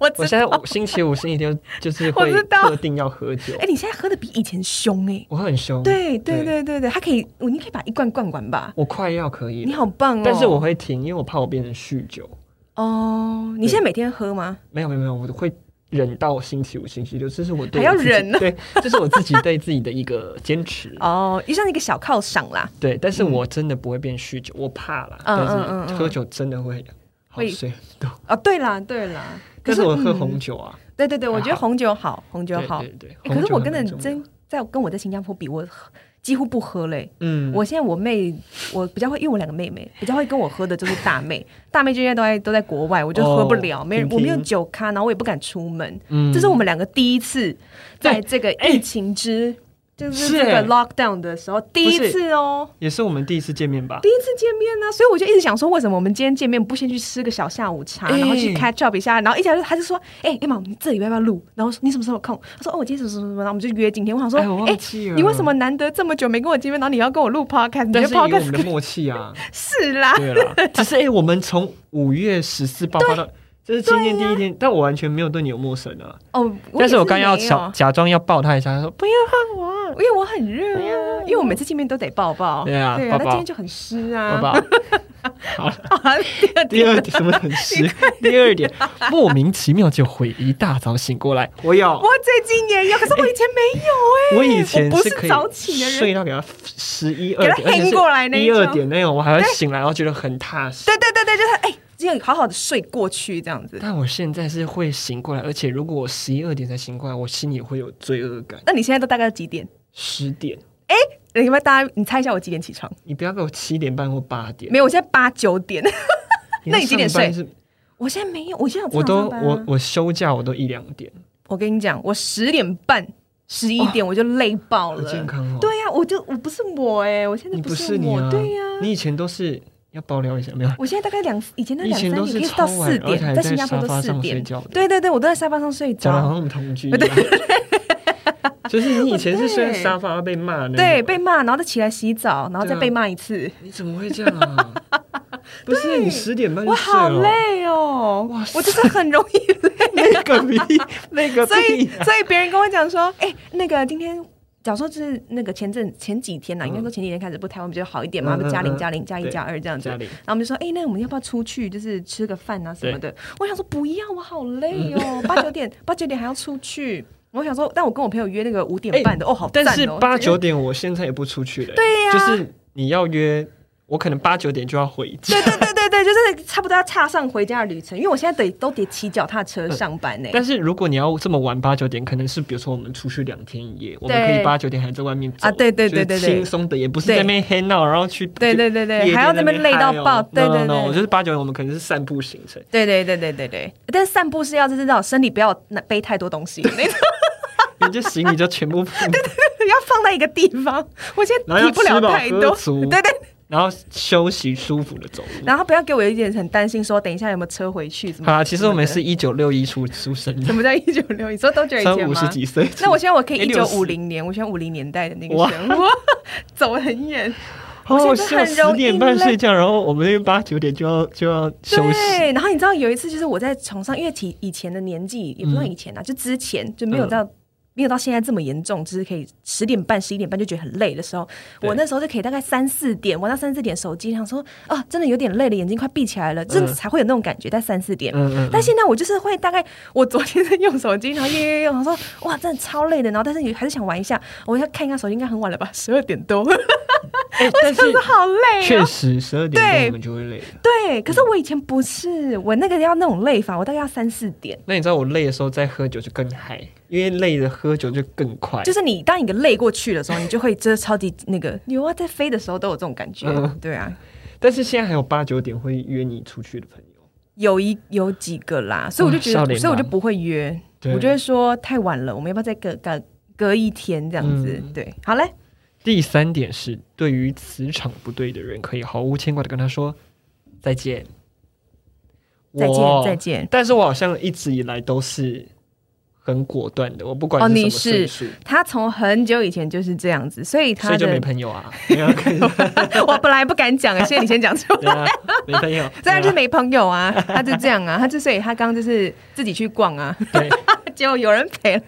Speaker 2: 我
Speaker 1: 我
Speaker 2: 知
Speaker 1: 现在我星期五、星期天就是会
Speaker 2: 我知道
Speaker 1: 特定要喝酒
Speaker 2: 哎、，你现在喝的比以前凶哎、
Speaker 1: 我很凶。
Speaker 2: 对对，对对对，它可以，哦你可以把一罐灌完吧？
Speaker 1: 我快要可以
Speaker 2: 你
Speaker 1: 了，
Speaker 2: 好棒哦！
Speaker 1: 但是我会停，因为我怕我变成酗酒。
Speaker 2: 哦，你现在每天喝吗？
Speaker 1: 没有没有没有，我会忍到星期五、星期六，这是我对
Speaker 2: 还要
Speaker 1: 我自己
Speaker 2: 忍呢
Speaker 1: 对，这是我自己对自己的一个坚持。
Speaker 2: 哦，也像一个小犒赏啦。
Speaker 1: 对，但是我真的不会变酗酒，我怕啦。
Speaker 2: 嗯嗯嗯
Speaker 1: 但是
Speaker 2: 嗯
Speaker 1: 喝酒真的会好
Speaker 2: 会
Speaker 1: 睡很多，
Speaker 2: 哦，对啦，对啦。可
Speaker 1: 但
Speaker 2: 是
Speaker 1: 是我喝
Speaker 2: 嗯
Speaker 1: 红酒啊，
Speaker 2: 对对对，我
Speaker 1: 还
Speaker 2: 觉得
Speaker 1: 好
Speaker 2: 红酒好，红酒
Speaker 1: 对
Speaker 2: 好。
Speaker 1: 对对。
Speaker 2: 欸可是
Speaker 1: 红酒
Speaker 2: 我
Speaker 1: 还
Speaker 2: 跟
Speaker 1: 蛮
Speaker 2: 人
Speaker 1: 重要
Speaker 2: 真在跟我在新加坡比，我喝几乎不喝嘞。
Speaker 1: 嗯，
Speaker 2: 我现在我妹，我比较会，因为我两个妹妹比较会跟我喝的就是大妹， 大妹就现在都在都在国外，我就喝不了，
Speaker 1: 哦
Speaker 2: 没人
Speaker 1: 平
Speaker 2: 我没有
Speaker 1: 平
Speaker 2: 酒咖，然后我也不敢出门。
Speaker 1: 嗯
Speaker 2: 这是我们两个第一次在
Speaker 1: 对
Speaker 2: 这个疫情之，就是
Speaker 1: 是
Speaker 2: 这
Speaker 1: 欸
Speaker 2: 个 lockdown 的时候第一
Speaker 1: 不是
Speaker 2: 次哦。
Speaker 1: 也是我们第一次见面吧
Speaker 2: 第？一次见面呢、所以我就一直想说，为什么我们今天见面不先去吃个小下午茶，
Speaker 1: 哎
Speaker 2: 然后去 catch up 一下？然后一讲就他就说，哎、欸，妈，你这礼拜要不要录？然后我说你什么时候有空？他说，哦，我今天什么什么什么，然后我们就约今天。我想说，
Speaker 1: 哎我
Speaker 2: 哎、
Speaker 1: 忘记了
Speaker 2: 你为什么难得这么久没跟我见面，然后你要跟我录 podcast？你觉
Speaker 1: 但
Speaker 2: 得
Speaker 1: 是以我们
Speaker 2: podcast
Speaker 1: 的默契啊，
Speaker 2: 是啦，
Speaker 1: 对 啦，只是哎、我们从五月十四爆发
Speaker 2: 啊
Speaker 1: 到，这是今天第一天，但我完全没有对你有陌生啊。
Speaker 2: 哦，
Speaker 1: 但是
Speaker 2: 也
Speaker 1: 我刚要
Speaker 2: 没有
Speaker 1: 假假装要抱他一下，他说不要碰我。
Speaker 2: 因为我很热呀、因为我每次见面都得抱抱，
Speaker 1: 对啊
Speaker 2: 对啊，
Speaker 1: 抱
Speaker 2: 那
Speaker 1: 抱
Speaker 2: 今天就很湿啊，
Speaker 1: 好不好？好了，
Speaker 2: 啊，第
Speaker 1: 第二
Speaker 2: 二点，
Speaker 1: 点什么很 湿？第二点，莫名其妙就会一大早醒过来。我有
Speaker 2: 我，最近也有，可是我以前没有哎、
Speaker 1: 我以前
Speaker 2: 我不
Speaker 1: 可
Speaker 2: 是
Speaker 1: 以
Speaker 2: 早起的人，
Speaker 1: 睡到给他十一
Speaker 2: 给
Speaker 1: 二
Speaker 2: 他
Speaker 1: 点，而且
Speaker 2: 晕过来那一
Speaker 1: 一
Speaker 2: 种
Speaker 1: 二点那种，我还会醒来，然后觉得很踏实。
Speaker 2: 对对对对，就是哎，只有好好的睡过去这样子。
Speaker 1: 但我现在是会醒过来，而且如果我十一二点才醒过来，我心里会有罪恶感。
Speaker 2: 那你现在都大概几点？
Speaker 1: 十点，
Speaker 2: 你要不要大家你猜一下我几点起床？
Speaker 1: 你不要给我七点半或八点
Speaker 2: 没。有，我现在八九点。那你几点
Speaker 1: 上班
Speaker 2: 睡
Speaker 1: 是？
Speaker 2: 我现在没有，我现在有
Speaker 1: 我
Speaker 2: 正常
Speaker 1: 都
Speaker 2: 上班啊
Speaker 1: 我我休假我都一两点，
Speaker 2: 我跟你讲，我十点半、十一点我就累爆
Speaker 1: 好
Speaker 2: 了。
Speaker 1: 健康哦。
Speaker 2: 对呀、啊我就我不是我哎、我现在
Speaker 1: 你
Speaker 2: 不
Speaker 1: 是你
Speaker 2: 我，
Speaker 1: 啊？
Speaker 2: 对呀、
Speaker 1: 你以前都是要爆料一下没有？
Speaker 2: 我现在大概两以前那
Speaker 1: 以
Speaker 2: 两
Speaker 1: 前
Speaker 2: 三
Speaker 1: 都
Speaker 2: 点
Speaker 1: 是
Speaker 2: 可以到
Speaker 1: 超晚
Speaker 2: 四
Speaker 1: 而且
Speaker 2: 点，
Speaker 1: 还
Speaker 2: 在
Speaker 1: 在
Speaker 2: 新加坡
Speaker 1: 沙
Speaker 2: 都
Speaker 1: 发
Speaker 2: 四
Speaker 1: 上
Speaker 2: 点
Speaker 1: 睡觉的。
Speaker 2: 对对对，我都在沙发上睡
Speaker 1: 讲的好
Speaker 2: 着。
Speaker 1: 像我们同居一 样。就是你以前是睡在沙发被骂的，
Speaker 2: 对，被骂，然后再起来洗澡，然后再
Speaker 1: 对啊
Speaker 2: 被骂一次，
Speaker 1: 你怎么会这样 啊？不是你十点半
Speaker 2: 我
Speaker 1: 就睡
Speaker 2: 好
Speaker 1: 了，
Speaker 2: 累哦
Speaker 1: 哇，塞
Speaker 2: 我就是很容易
Speaker 1: 那个 屁，那个
Speaker 2: 所以
Speaker 1: 屁，
Speaker 2: 所以别人跟我讲说， 哎、那个今天。假如说就是那个前阵前几天呐、应该说前几天开始不台湾比较好一点
Speaker 1: 嗯
Speaker 2: 嘛，
Speaker 1: 嗯嗯
Speaker 2: 不加零
Speaker 1: 嗯
Speaker 2: 加零加一加二这样子，
Speaker 1: 对加
Speaker 2: 然
Speaker 1: 零
Speaker 2: 后我们就说，哎、那我们要不要出去就是吃个饭啊什么的？我想说不要，我好累
Speaker 1: 嗯
Speaker 2: 哦，八九点 八九点还要出去。我想说，但我跟我朋友约那个五点半的，哦，好赞哦，
Speaker 1: 哎但是八
Speaker 2: 这
Speaker 1: 九
Speaker 2: 个
Speaker 1: 点我现在也不出去了，欸
Speaker 2: 对呀
Speaker 1: 就是你要约，我可能八九点就要回家。
Speaker 2: 对对对对对对，就是差不多要踏上回家的旅程，因为我现在得都得骑脚踏车上班欸呢、
Speaker 1: 但是如果你要这么晚八九点，可能是比如说我们出去两天一夜，我们可
Speaker 2: 对
Speaker 1: 以八九点还在外面走
Speaker 2: 啊对对对对对
Speaker 1: 就是轻松的，也不是在那边 hang out，然后去
Speaker 2: 对对对对
Speaker 1: 夜店
Speaker 2: 还要
Speaker 1: 在
Speaker 2: 那
Speaker 1: 那
Speaker 2: 边累到
Speaker 1: high 哦
Speaker 2: 爆对
Speaker 1: No, no, no，
Speaker 2: 对对
Speaker 1: 我就是八九点，我们可能是散步行程，
Speaker 2: 对对对对对对，但是散步是要就是让身体不要拿背太 多东西，那种
Speaker 1: 你这行李就全部
Speaker 2: 要放在一个地方。我现
Speaker 1: 然
Speaker 2: 在
Speaker 1: 后要
Speaker 2: 提不了
Speaker 1: 吃饱
Speaker 2: 太
Speaker 1: 喝
Speaker 2: 多，
Speaker 1: 足
Speaker 2: 对对。
Speaker 1: 然后休息舒服的走路。
Speaker 2: 然后不要给我一点很担心，说等一下有没有车回去怎么
Speaker 1: 好
Speaker 2: 的？
Speaker 1: 啦，其实我们是一九六一出出生的，
Speaker 2: 什么叫一九六？你说多久以
Speaker 1: 算
Speaker 2: 前
Speaker 1: 五十
Speaker 2: 吗？
Speaker 1: 几岁。
Speaker 2: 那我希望我可以
Speaker 1: 哎
Speaker 2: 一
Speaker 1: 六
Speaker 2: 九
Speaker 1: 十
Speaker 2: 五零年，我希望五零年代的那个
Speaker 1: 哇
Speaker 2: 生活， 走很远。
Speaker 1: 哦，
Speaker 2: 我
Speaker 1: 我
Speaker 2: 现
Speaker 1: 希
Speaker 2: 在
Speaker 1: 望
Speaker 2: 很
Speaker 1: 十
Speaker 2: 容易
Speaker 1: 点半
Speaker 2: 累
Speaker 1: 睡觉，然后我们那边八九点就要就要休息。
Speaker 2: 对，然后你知道有一次，就是我在床上，因为提以前的年纪，也不算以前
Speaker 1: 嗯
Speaker 2: 啊，就之前就没有到、没有到现在这么严重，就是可以十点半、十一点半就觉得很累的时候，
Speaker 1: 对
Speaker 2: 我那时候就可以大概三四点玩到三四点手机，想说啊，真的有点累了，眼睛快闭起来了，真的才会有那种感觉，在三四点。
Speaker 1: 嗯嗯，
Speaker 2: 但现在我就是会大概，我昨天在用手机，然后用用用，我说哇，真的超累的，然后但是你还是想玩一下，我要看一下手机，应该很晚了吧，十二点多，
Speaker 1: 哎但是
Speaker 2: 真的好累、哦。
Speaker 1: 确实十二点
Speaker 2: 对
Speaker 1: 钟我们就会累。
Speaker 2: 对，可是我以前不是，我那个要那种累法，我大概要三四点。
Speaker 1: 那你知道我累的时候再喝酒就更嗨，因为累的喝酒就更快。
Speaker 2: 就是你当一个累过去的时候，你就会真的超级 那个牛啊，在飞的时候都有这种感觉。
Speaker 1: 嗯
Speaker 2: 对啊，
Speaker 1: 但是现在还有八九点会约你出去的朋友，
Speaker 2: 有一有几个啦，所以我就觉
Speaker 1: 哇笑
Speaker 2: 得，
Speaker 1: 脸
Speaker 2: 所以我就
Speaker 1: 郎
Speaker 2: 不会约，
Speaker 1: 啊对
Speaker 2: 我就会说太晚了，我们要不要再隔隔隔一天这样子？
Speaker 1: 嗯
Speaker 2: 对，好嘞，
Speaker 1: 第三点是，对于磁场不对的人，可以毫无牵挂的跟他说再见。
Speaker 2: 再见
Speaker 1: 我
Speaker 2: 再。见。
Speaker 1: 但是我好像一直以来都是很果断的，我不管
Speaker 2: 哦
Speaker 1: 是什
Speaker 2: 你
Speaker 1: 么
Speaker 2: 是
Speaker 1: 岁数，
Speaker 2: 他从很久以前就是这样子，所以
Speaker 1: 所
Speaker 2: 他
Speaker 1: 以就没
Speaker 2: 的
Speaker 1: 朋友啊， 没有可以
Speaker 2: 我本来不敢讲，现在你先讲出来。
Speaker 1: 对啊，没朋 友，
Speaker 2: 虽然就是
Speaker 1: 对
Speaker 2: 没朋友 啊，他就这样啊，他就所以他刚刚就是自己去逛啊，
Speaker 1: 啊对，
Speaker 2: 结果有人陪了。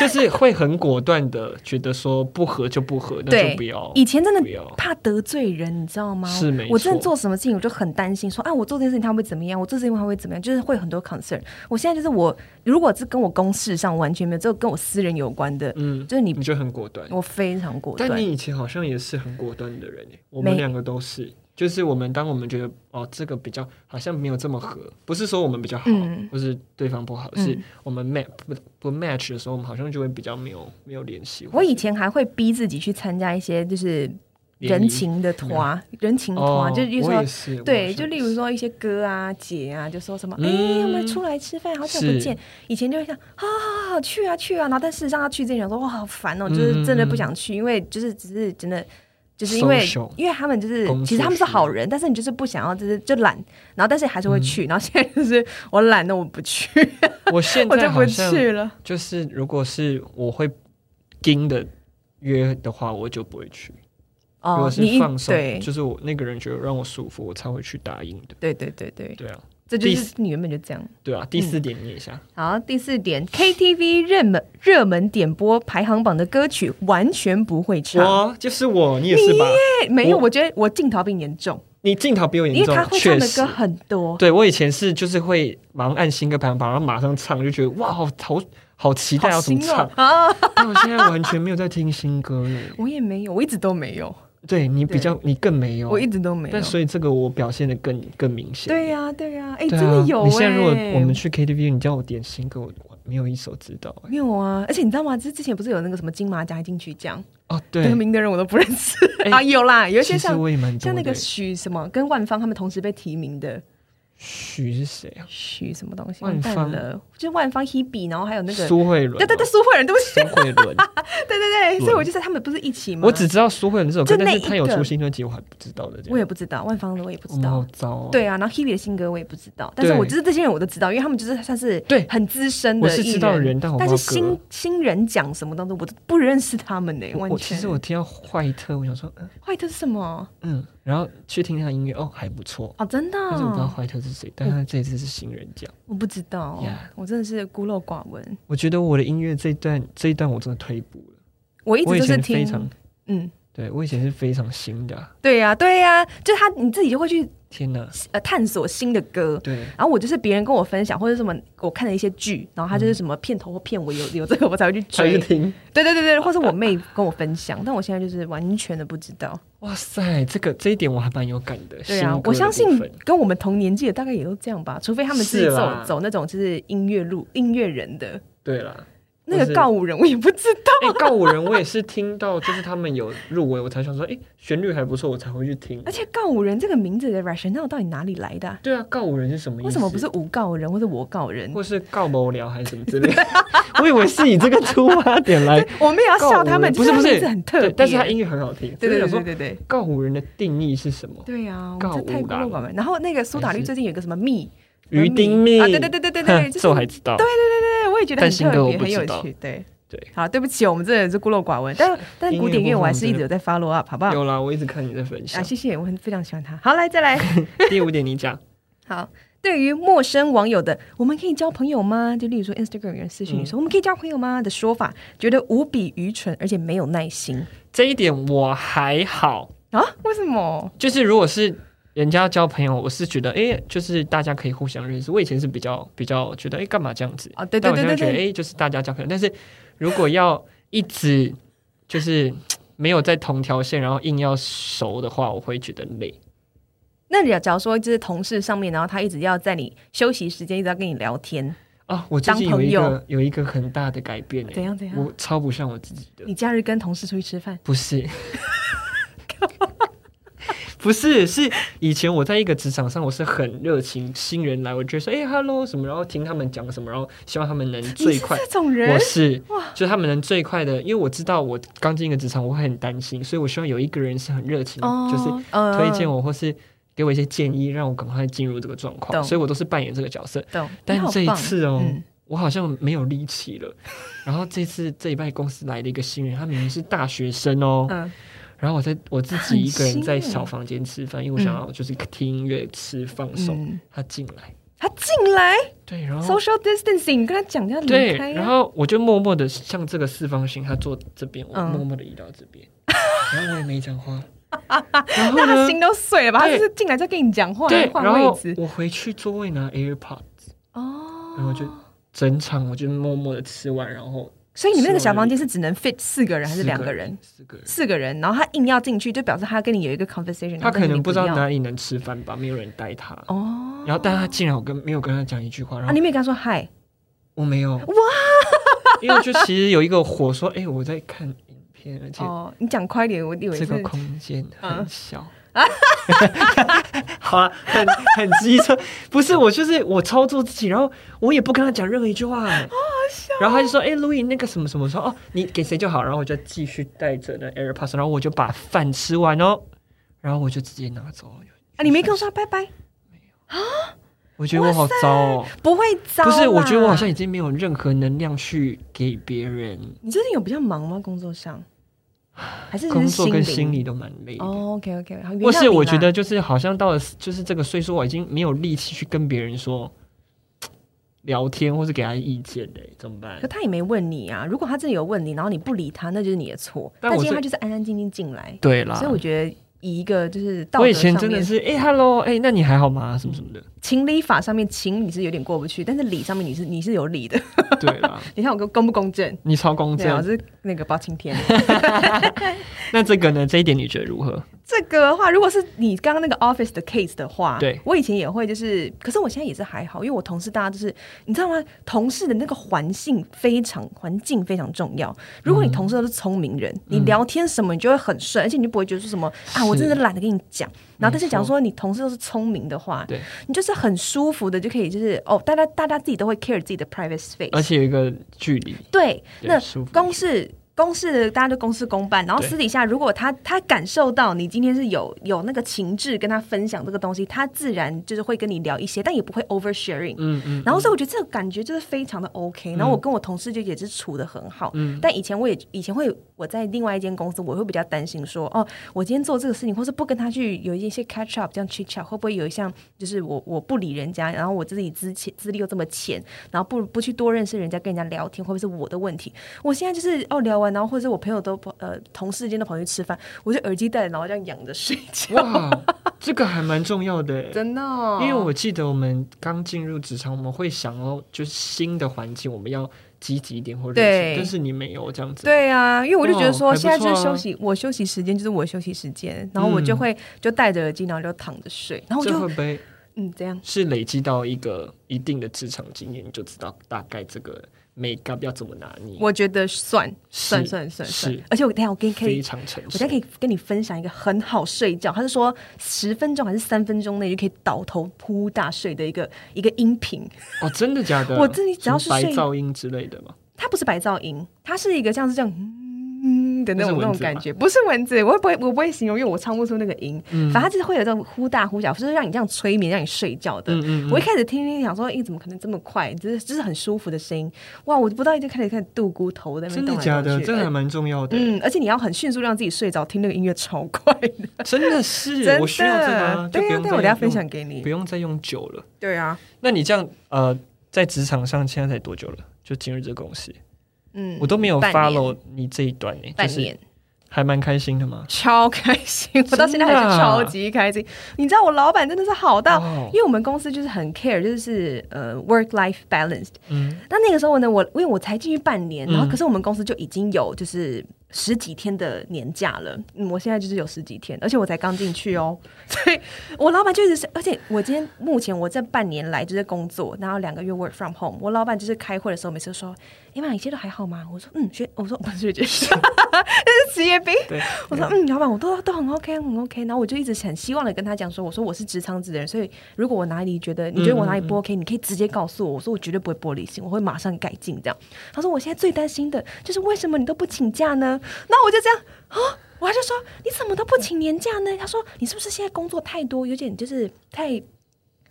Speaker 1: 就是会很果断的觉得说不合就不合，那
Speaker 2: 对
Speaker 1: 就不要。
Speaker 2: 以前真
Speaker 1: 不
Speaker 2: 的
Speaker 1: 要
Speaker 2: 怕得罪人，你知道吗？
Speaker 1: 是没
Speaker 2: 我真的
Speaker 1: 错
Speaker 2: 做什么事情，我就很担心说，啊，我做这件事情他会怎么样？我做这件事情他会怎么样？就是会有很多 concern。我现在就是我，如果是跟我公事上完全没有，只有跟我私人有关的，
Speaker 1: 嗯，
Speaker 2: 就是你
Speaker 1: 你，就很果断。
Speaker 2: 我非常果
Speaker 1: 但
Speaker 2: 断。
Speaker 1: 你以前好像也是很果断的人诶，我们
Speaker 2: 没
Speaker 1: 两个都是。就是我们当我们觉得哦，这个比较好像没有这么合，不是说我们比较好，
Speaker 2: 嗯
Speaker 1: 或是对方不好，
Speaker 2: 嗯
Speaker 1: 是我们 match 不不 match 的时候，我们好像就会比较没有没有联系。
Speaker 2: 我以前还会逼自己去参加一些就是
Speaker 1: 联谊
Speaker 2: 人情的团，人情
Speaker 1: 哦
Speaker 2: 团，，就例如
Speaker 1: 我
Speaker 2: 说
Speaker 1: 也。是
Speaker 2: 对，就例如，说一些哥啊、姐啊，就说什么，哎、
Speaker 1: 嗯
Speaker 2: 我们出来吃饭，好久不
Speaker 1: 是
Speaker 2: 见。以前就会想，好好好，去啊去啊。然后，但事实上要去之前，想说，哇，好烦哦，
Speaker 1: 嗯
Speaker 2: 就是真的不想去，因为就是只是真的，就是因为
Speaker 1: Social
Speaker 2: 因为他们就是
Speaker 1: 工，作
Speaker 2: 其实他们
Speaker 1: 需
Speaker 2: 是
Speaker 1: 要
Speaker 2: 好人，但是你就是不想要，就是就懒。然后，但是还是会去。然后现在就是我懒得我不去，
Speaker 1: 我我嗯现
Speaker 2: 我
Speaker 1: 在
Speaker 2: 就
Speaker 1: 好
Speaker 2: 不
Speaker 1: 像
Speaker 2: 去了。
Speaker 1: 就是如果是我会盯的约的话，我就不会去。如
Speaker 2: 哦
Speaker 1: 果，是
Speaker 2: 你一
Speaker 1: 放松，
Speaker 2: 对
Speaker 1: 就是我那个人觉得让我舒服，我才会去答应的。
Speaker 2: 对对对对，
Speaker 1: 对啊，
Speaker 2: 这就
Speaker 1: 第
Speaker 2: 是你原本就这样。
Speaker 1: 对啊。
Speaker 2: 嗯
Speaker 1: 第四点，念一下。
Speaker 2: 好，第四点，KTV 热门热门点播排行榜的歌曲完全不会唱。
Speaker 1: 我就是我，你也是吧？
Speaker 2: 哎，没有，
Speaker 1: 我
Speaker 2: 我觉得我镜头病严重，
Speaker 1: 你镜头比我
Speaker 2: 因
Speaker 1: 严
Speaker 2: 为
Speaker 1: 重
Speaker 2: 他，会唱
Speaker 1: 确
Speaker 2: 的
Speaker 1: 实
Speaker 2: 歌。很多。
Speaker 1: 对我以前是就是会忙按新歌排行榜，然后马上唱，就觉得哇，好好好期待要
Speaker 2: 好
Speaker 1: 怎么
Speaker 2: 新
Speaker 1: 唱
Speaker 2: 哦。啊！
Speaker 1: 但我现在完全没有在听新歌耶。
Speaker 2: 我也没有，我一直都没有，
Speaker 1: 对你比较，你更没有啊
Speaker 2: 我。一直都没有
Speaker 1: 但。所以这个我表现的更更明显。
Speaker 2: 对呀，对呀，哎，
Speaker 1: 对
Speaker 2: 真
Speaker 1: 啊，
Speaker 2: 的有哎。
Speaker 1: 你现在如果我们去 KTV，你叫我点新歌，我我没有一首知道哎。
Speaker 2: 没有啊，而且你知道吗？这之前不是有那个什么金马奖金曲奖
Speaker 1: 哦，
Speaker 2: 得
Speaker 1: 对，
Speaker 2: 名的人我都不认识
Speaker 1: 哎
Speaker 2: 啊，有啦，有一些
Speaker 1: 其实
Speaker 2: 像
Speaker 1: 我也蛮多
Speaker 2: 像那个
Speaker 1: 的。
Speaker 2: 许什么跟万芳他们同时被提名的，
Speaker 1: 许是谁啊？
Speaker 2: 许什么东西？
Speaker 1: 万
Speaker 2: 完蛋
Speaker 1: 芳
Speaker 2: 了，就是万芳 Hebe，然后还有那个
Speaker 1: 苏慧伦吗。哦
Speaker 2: 对对对，苏慧伦，对不起，
Speaker 1: 苏慧伦，
Speaker 2: 对对对，
Speaker 1: 伦
Speaker 2: 所以我就在他们不是一起吗？
Speaker 1: 我只知道苏慧伦这首歌，
Speaker 2: 就
Speaker 1: 但
Speaker 2: 那
Speaker 1: 是
Speaker 2: 一
Speaker 1: 她有
Speaker 2: 个
Speaker 1: 出新专辑，我还不知道的。这
Speaker 2: 我
Speaker 1: 样
Speaker 2: 也不知道，万芳的我也不
Speaker 1: 我
Speaker 2: 知
Speaker 1: 们
Speaker 2: 道
Speaker 1: 好。糟哦。
Speaker 2: 对啊，然后 Hebe 的新歌我也不知道，但是我知道这些人我都知道，因为他们就是算是
Speaker 1: 对
Speaker 2: 很资深的
Speaker 1: 我是
Speaker 2: 艺
Speaker 1: 知道人但我不知
Speaker 2: 但
Speaker 1: 道
Speaker 2: 是新新人奖什么当中我都不认识他们呢、
Speaker 1: 我
Speaker 2: 完
Speaker 1: 我其
Speaker 2: 全。
Speaker 1: 实我听到坏特，我想说，嗯
Speaker 2: 坏特是什么？
Speaker 1: 嗯，然后去听他的音乐，哦，还不错。
Speaker 2: 哦，真的哦、
Speaker 1: 但是我不知道坏特是谁，但他这次是新人奖。
Speaker 2: 我不知道
Speaker 1: Yeah
Speaker 2: 我真的是孤陋寡闻。
Speaker 1: 我觉得我的音乐这一段这一段我真的退步了，
Speaker 2: 我一
Speaker 1: 我
Speaker 2: 直
Speaker 1: 以
Speaker 2: 都是
Speaker 1: 前非常
Speaker 2: 听，嗯，
Speaker 1: 对我以前是非常新的啊、
Speaker 2: 对呀、对呀、就是他你自己就会去
Speaker 1: 天哪，
Speaker 2: 呃探索新的歌。
Speaker 1: 对，
Speaker 2: 然后我就是别人跟我分享或者什么我看了一些剧，然后他就是什么片头或片尾有有这个我才会去
Speaker 1: 才
Speaker 2: 追
Speaker 1: 去。听。
Speaker 2: 对对对对，或是我妹跟我分享，但我现在就是完全的不知道。
Speaker 1: 哇塞，这个这一点我还蛮有感的。
Speaker 2: 对
Speaker 1: 新歌
Speaker 2: 啊
Speaker 1: 的，部
Speaker 2: 我相信
Speaker 1: 分
Speaker 2: 跟我们同年纪的大概也都这样吧，除非他们是
Speaker 1: 是
Speaker 2: 走
Speaker 1: 啦
Speaker 2: 走那种就是音乐路音乐人的
Speaker 1: 对 啦。
Speaker 2: 那个
Speaker 1: 是
Speaker 2: 告五人，我也不知 道。
Speaker 1: 哎、告五人我也是听到，就是他们有入围，我才想说，哎、旋律还不错，我才会去听
Speaker 2: 而。且告五人这个名字的 rationale 到底哪里来的啊、
Speaker 1: 对啊，告五人是什么意思？
Speaker 2: 为什么不是无告人或者我告人？
Speaker 1: 或是告某聊还是什么之类 的？我以为是以这个出发点来
Speaker 2: 我们也要
Speaker 1: 告五
Speaker 2: 笑
Speaker 1: 人，
Speaker 2: 他们，
Speaker 1: 不是不
Speaker 2: 就是他名字很特别
Speaker 1: 对，但是他音乐很好听。所
Speaker 2: 对
Speaker 1: 以
Speaker 2: 对
Speaker 1: 我
Speaker 2: 对
Speaker 1: 想
Speaker 2: 对
Speaker 1: 说，
Speaker 2: 对对。
Speaker 1: 告五人的定义是什么？
Speaker 2: 对呀、
Speaker 1: 告
Speaker 2: 这太
Speaker 1: 五
Speaker 2: 孤陋
Speaker 1: 郎
Speaker 2: 寡闻。然后那个苏打绿
Speaker 1: 还是
Speaker 2: 最近有一个什么蜜
Speaker 1: 鱼丁蜜
Speaker 2: 啊，对对对对对对，
Speaker 1: 哼
Speaker 2: 就是
Speaker 1: 这我还知道。
Speaker 2: 对，我也觉得很
Speaker 1: 但新
Speaker 2: 特
Speaker 1: 歌我
Speaker 2: 别，
Speaker 1: 不
Speaker 2: 很有
Speaker 1: 知道
Speaker 2: 趣。对
Speaker 1: 对，
Speaker 2: 好，对不起，我们真的是孤陋寡 闻。但但
Speaker 1: 音乐
Speaker 2: 古典乐
Speaker 1: 部分
Speaker 2: 我还是
Speaker 1: 我
Speaker 2: 一
Speaker 1: 觉
Speaker 2: 直
Speaker 1: 得
Speaker 2: 有在 follow up，好不好？
Speaker 1: 有啦，我一直看你在分
Speaker 2: 啊，
Speaker 1: 享。
Speaker 2: 谢谢，我很非常喜欢他。好，来再 来，
Speaker 1: 第五点你讲，
Speaker 2: 好。对于陌生网友的“我们可以交朋友吗”，就例如说 Instagram 有人私信你
Speaker 1: 嗯
Speaker 2: 说“我们可以交朋友吗”的说法，觉得无比愚蠢，而且没有耐心
Speaker 1: 这一点我还好，
Speaker 2: 啊？为什么？
Speaker 1: 就是如果是人家要交朋友，我是觉得，哎、就是大家可以互相认识。我以前是比较比较觉得，哎、干嘛这样子？
Speaker 2: 啊，对对
Speaker 1: 但我
Speaker 2: 对
Speaker 1: 现在
Speaker 2: 对
Speaker 1: 觉得，哎、
Speaker 2: 对，
Speaker 1: 就是大家交朋友。但是如果要一直就是没有在同条线，然后硬要熟的话，我会觉得累。
Speaker 2: 那你假如说就是同事上面，然后他一直要在你休息时间一直要跟你聊天，
Speaker 1: 啊，我最近
Speaker 2: 当
Speaker 1: 有
Speaker 2: 朋
Speaker 1: 一
Speaker 2: 友啊
Speaker 1: 个有一个很大的改变、
Speaker 2: 怎
Speaker 1: 欸，
Speaker 2: 样怎样？
Speaker 1: 我超不像我自己的，
Speaker 2: 你假日跟同事出去吃饭，
Speaker 1: 不是。 不是，是以前我在一个职场上，我是很热情，新人来我就会说，哎、h e l l o 什么，然后听他们讲什么，然后希望他们能最快
Speaker 2: 你是这种
Speaker 1: 我
Speaker 2: 人
Speaker 1: 是，就是他们能最快的，因为我知道我刚进一个职场，我会很担心，所以我希望有一个人是很热情，就是
Speaker 2: 呃
Speaker 1: 推荐我或是给我一些建议，让我赶快进入这个状况。
Speaker 2: 懂
Speaker 1: 所以我都是扮演这个角色。
Speaker 2: 嗯懂。
Speaker 1: 但
Speaker 2: 你好
Speaker 1: 这一
Speaker 2: 棒
Speaker 1: 次哦，
Speaker 2: 嗯
Speaker 1: 我好像没有力气 了。然后这次这一拜公司来了一个新人，他明明是大学生哦。
Speaker 2: 嗯，
Speaker 1: 然后我在我自己一个人在
Speaker 2: 很新耶
Speaker 1: 小房间吃饭，因为我想要就是听音乐、吃、放松。
Speaker 2: 嗯
Speaker 1: 他进来，
Speaker 2: 他进来
Speaker 1: 对，然后。
Speaker 2: social distancing，你跟他讲要离
Speaker 1: 对
Speaker 2: 开，呀
Speaker 1: 然后我就默默的像这个四方形，他坐这边，我
Speaker 2: 嗯
Speaker 1: 默默的移到这边， 然后我也没讲话。然后
Speaker 2: 那他
Speaker 1: 呢？
Speaker 2: 心都碎了吧？他就
Speaker 1: 对
Speaker 2: 是进来再跟你讲话，
Speaker 1: 对，
Speaker 2: 换
Speaker 1: 然
Speaker 2: 位
Speaker 1: 后
Speaker 2: 置
Speaker 1: 我回去座位拿 AirPod，
Speaker 2: 哦。
Speaker 1: 然后就整场我就默默的吃完，然后
Speaker 2: 所以你们那个小房间是只能 fit 四个人还是
Speaker 1: 四
Speaker 2: 两个人？？
Speaker 1: 四个人。
Speaker 2: 四个人，然后他硬要进去，就表示他跟你有一个 conversation，
Speaker 1: 他可能不知道
Speaker 2: 然后
Speaker 1: 哪里能吃饭吧，没有人带他。
Speaker 2: 但是你不要哦。
Speaker 1: 然后，但他竟然我跟没有跟他讲一句话，然
Speaker 2: 啊，
Speaker 1: 后
Speaker 2: 你没有跟他说嗨，
Speaker 1: 我没有哇，因为就其实有一个火说，哎，我在看影片，而且
Speaker 2: 哦，你讲快一点，我以为
Speaker 1: 这
Speaker 2: 是
Speaker 1: 个空间很
Speaker 2: 嗯
Speaker 1: 小。 好啊，很很机车，不是我就是我操作自己，然后我也不跟他讲任何一句话、哎
Speaker 2: 哦
Speaker 1: 然后他就说：“哎、路易，那个什么什么说哦，你给谁就好。”然后我就继续带着那 AirPods，然后我就把饭吃完哦，然后我就直接拿走了。
Speaker 2: 啊，你没跟我说拜拜，
Speaker 1: 我觉得我好糟哦，
Speaker 2: 不会糟
Speaker 1: 不
Speaker 2: 啦。
Speaker 1: 是，我觉得我好像已经没有任何能量去给别人，
Speaker 2: 你最近有比较忙吗？工作上还是只是
Speaker 1: 工作跟心
Speaker 2: 心
Speaker 1: 理都蛮累的。
Speaker 2: 哦，OK OK，好，原
Speaker 1: 或
Speaker 2: 谅你
Speaker 1: 是我
Speaker 2: 啦
Speaker 1: 觉得就是好像到了就是这个岁数，我已经没有力气去跟别人说聊天，或是给他意见嘞、怎么办
Speaker 2: 可？他也没问你啊。如果他真的有问你，然后你不理他，那就是你的错。
Speaker 1: 但
Speaker 2: 但
Speaker 1: 我
Speaker 2: 今
Speaker 1: 是
Speaker 2: 天他就是安安静静进来，
Speaker 1: 对啦，
Speaker 2: 所以我觉得以一个就是道
Speaker 1: 我
Speaker 2: 德
Speaker 1: 以前
Speaker 2: 上
Speaker 1: 真的
Speaker 2: 面、
Speaker 1: 是哎、h e l l o 哎、那你还好吗？什么什 么的，
Speaker 2: 情理法上面情你是有点过不去，但是理上面你是你是有理的。
Speaker 1: 对啦，
Speaker 2: 你看我公不公正？
Speaker 1: 你超公
Speaker 2: 对啊，我
Speaker 1: 正。
Speaker 2: 是那个包青天。
Speaker 1: 那这个呢？这一点你觉得如何？
Speaker 2: 这个的话，如果是你刚刚那个 office 的 case 的话，
Speaker 1: 对
Speaker 2: 我以前也会就是，可是我现在也是还好，因为我同事大家就是，你知道吗？同事的那个环境非常环境非常重要。如果你同事都是聪明
Speaker 1: 嗯
Speaker 2: 人，你聊天什么你就会很顺，而且你就不会觉得说什么啊，我真的懒得跟你讲。然后但是假如说你同事都是聪明的话，
Speaker 1: 嗯对，
Speaker 2: 你就是很舒服的就可以就是哦，大家大家自己都会 care 自己的 private space，
Speaker 1: 而且有一个距离，
Speaker 2: 对，
Speaker 1: 对
Speaker 2: 那
Speaker 1: 舒服
Speaker 2: 公事公事大家就公事公办，然后
Speaker 1: 对
Speaker 2: 私底下如果他他感受到你今天是有有那个情志跟他分享这个东西，他自然就是会跟你聊一些，但也不会 oversharing。
Speaker 1: 嗯嗯，
Speaker 2: 然后所以我觉得这个感觉就是非常的 OK，然后我跟我同事就也是处的很好，
Speaker 1: 嗯
Speaker 2: 但以前我也以前会我在另外一间公司，我会比较担心说，哦，我今天做这个事情，或是不跟他去有一些 catch up 这样 chit chat，会不会有一项就是我我不理人家，然后我自己资浅资历又这么浅，然后不不去多认识人家，跟人家聊天，会不会是我的问题？我现在就是哦聊完湾，然后或者我朋友都跑呃同事间都跑去吃饭，我就耳机戴着，然后这样仰着睡觉，
Speaker 1: 哇，这个还蛮重要的耶。
Speaker 2: 真的哦、
Speaker 1: 因为我记得我们刚进入职场，我们会想要就是新的环境，我们要积极一点或热情，
Speaker 2: 对
Speaker 1: 但是你没有这样子。
Speaker 2: 对啊，因为我就觉得
Speaker 1: 哦
Speaker 2: 说，
Speaker 1: 还不
Speaker 2: 现在就
Speaker 1: 错
Speaker 2: 是
Speaker 1: 啊
Speaker 2: 休息，我休息时间就是我休息时间，然后我就
Speaker 1: 嗯
Speaker 2: 会就戴着耳机，然后就躺着睡，然后我
Speaker 1: 这
Speaker 2: 就
Speaker 1: 会不会
Speaker 2: 嗯这样。
Speaker 1: 是累积到一个一定的职场经验，你就知道大概这个 make up 要怎么拿捏？
Speaker 2: 我觉得算
Speaker 1: 是
Speaker 2: 算算算算
Speaker 1: 是，
Speaker 2: 而且我等一下我跟你可以
Speaker 1: 非常成
Speaker 2: 我
Speaker 1: 熟。
Speaker 2: 现在可以跟你分享一个很好睡觉，他是说十分钟还是三分钟内就可以倒头扑呼大睡的一个一个音频。
Speaker 1: 哦，真的假的？
Speaker 2: 我自己只要
Speaker 1: 什
Speaker 2: 是
Speaker 1: 么白
Speaker 2: 睡
Speaker 1: 噪音之类的嘛，
Speaker 2: 它不是白噪音，它是一个像是这样嗯的那
Speaker 1: 那
Speaker 2: 种
Speaker 1: 是蚊
Speaker 2: 那
Speaker 1: 子
Speaker 2: 种感觉，不是蚊子，我也不会我不会形容，因为我唱不出那个音。
Speaker 1: 嗯
Speaker 2: 反正它就是会有这种忽大忽小，就是让你这样催眠，让你睡觉的。
Speaker 1: 嗯嗯嗯
Speaker 2: 我一开始听听想说，咦，怎么可能这么快？就是就是很舒服的声音，哇！我不到一就开始开始度咕头在那
Speaker 1: 真
Speaker 2: 边动
Speaker 1: 的
Speaker 2: 来
Speaker 1: 假
Speaker 2: 动
Speaker 1: 的？
Speaker 2: 去
Speaker 1: 这个还蛮重要的，
Speaker 2: 嗯，而且你要很迅速让自己睡着，听那个音乐超快的。
Speaker 1: 真的是
Speaker 2: 真的
Speaker 1: 我需要这个啊，就
Speaker 2: 对
Speaker 1: 不
Speaker 2: 呀、
Speaker 1: 用
Speaker 2: 对
Speaker 1: 再
Speaker 2: 啊，我等一下分
Speaker 1: 用
Speaker 2: 享给你
Speaker 1: 不。用再用久了。
Speaker 2: 对啊，
Speaker 1: 那你这样呃，在职场上现在才多久了？就进入这个公司，
Speaker 2: 嗯，
Speaker 1: 我都没有
Speaker 2: 半年
Speaker 1: follow 你这一段呢、
Speaker 2: 半
Speaker 1: 就是
Speaker 2: 年。
Speaker 1: 还蛮开心的嘛。
Speaker 2: 超开心，我到现在还
Speaker 1: 真的啊
Speaker 2: 是超级开心。你知道我老板真的是好到，
Speaker 1: 哦
Speaker 2: 因为我们公司就是很 care，就是呃 work life balance。
Speaker 1: 嗯，
Speaker 2: 但那个时候呢，我因为我才进去半年，
Speaker 1: 嗯
Speaker 2: 然后可是我们公司就已经有就是十几天的年假了。嗯，我现在就是有十几天，而且我才刚进去哦，所以我老板就一直是，而且我今天目前我这半年来就是工作，然后两个月 work from home。我老板就是开会的时候每次都说：“哎妈，你现在都还好吗？”我说：“嗯，学我说我是学姐，这是职业病。”
Speaker 1: 对，
Speaker 2: 我说嗯，老板，我都都很 OK，很 OK。然后我就一直很希望的跟他讲说，我说我是职场职人，所以如果我哪里觉得你觉得我哪里不 OK，、你可以直接告诉我，我说我绝对不会玻璃心，我会马上改进。这样，他说我现在最担心的就是为什么你都不请假呢？那我就这样啊。我还就说你怎么都不请年假呢？他说你是不是现在工作太多，有点就是太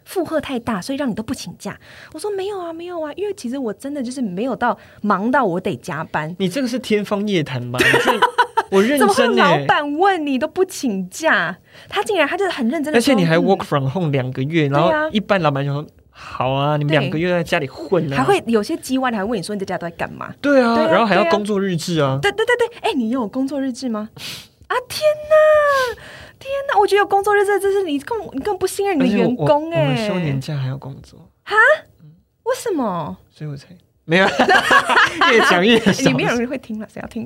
Speaker 2: 负荷太大，所以让你都不请假。我说没有啊，没有啊，因为其实我真的就是没有到忙到我得加班，
Speaker 1: 你这个是天方夜谭 吧？你这我认
Speaker 2: 怎么会
Speaker 1: 真呢、欸
Speaker 2: 老板问你都不请假？他竟然他就是很认真的，嗯
Speaker 1: 而且你还 work from home 两个月，然
Speaker 2: 对啊
Speaker 1: 后一般老板就说：“好啊，你们
Speaker 2: 对
Speaker 1: 两个月在家里混啊。”
Speaker 2: 还会有些叽歪的，还问你说你在家都在干嘛？
Speaker 1: 对啊，
Speaker 2: 对啊
Speaker 1: 然后还要
Speaker 2: 对啊
Speaker 1: 工作日志啊。
Speaker 2: 对对对对，哎、你有工作日志吗？啊天哪，天哪！我觉得有工作日志，这是你更你更不信任
Speaker 1: 而
Speaker 2: 你的
Speaker 1: 且我
Speaker 2: 员工
Speaker 1: 我我
Speaker 2: 哎、
Speaker 1: 们休年假还要工作，
Speaker 2: 为什 么？
Speaker 1: 所以我才没有 越讲越
Speaker 2: 哎
Speaker 1: 少。
Speaker 2: 你没 有人会听了，谁要听？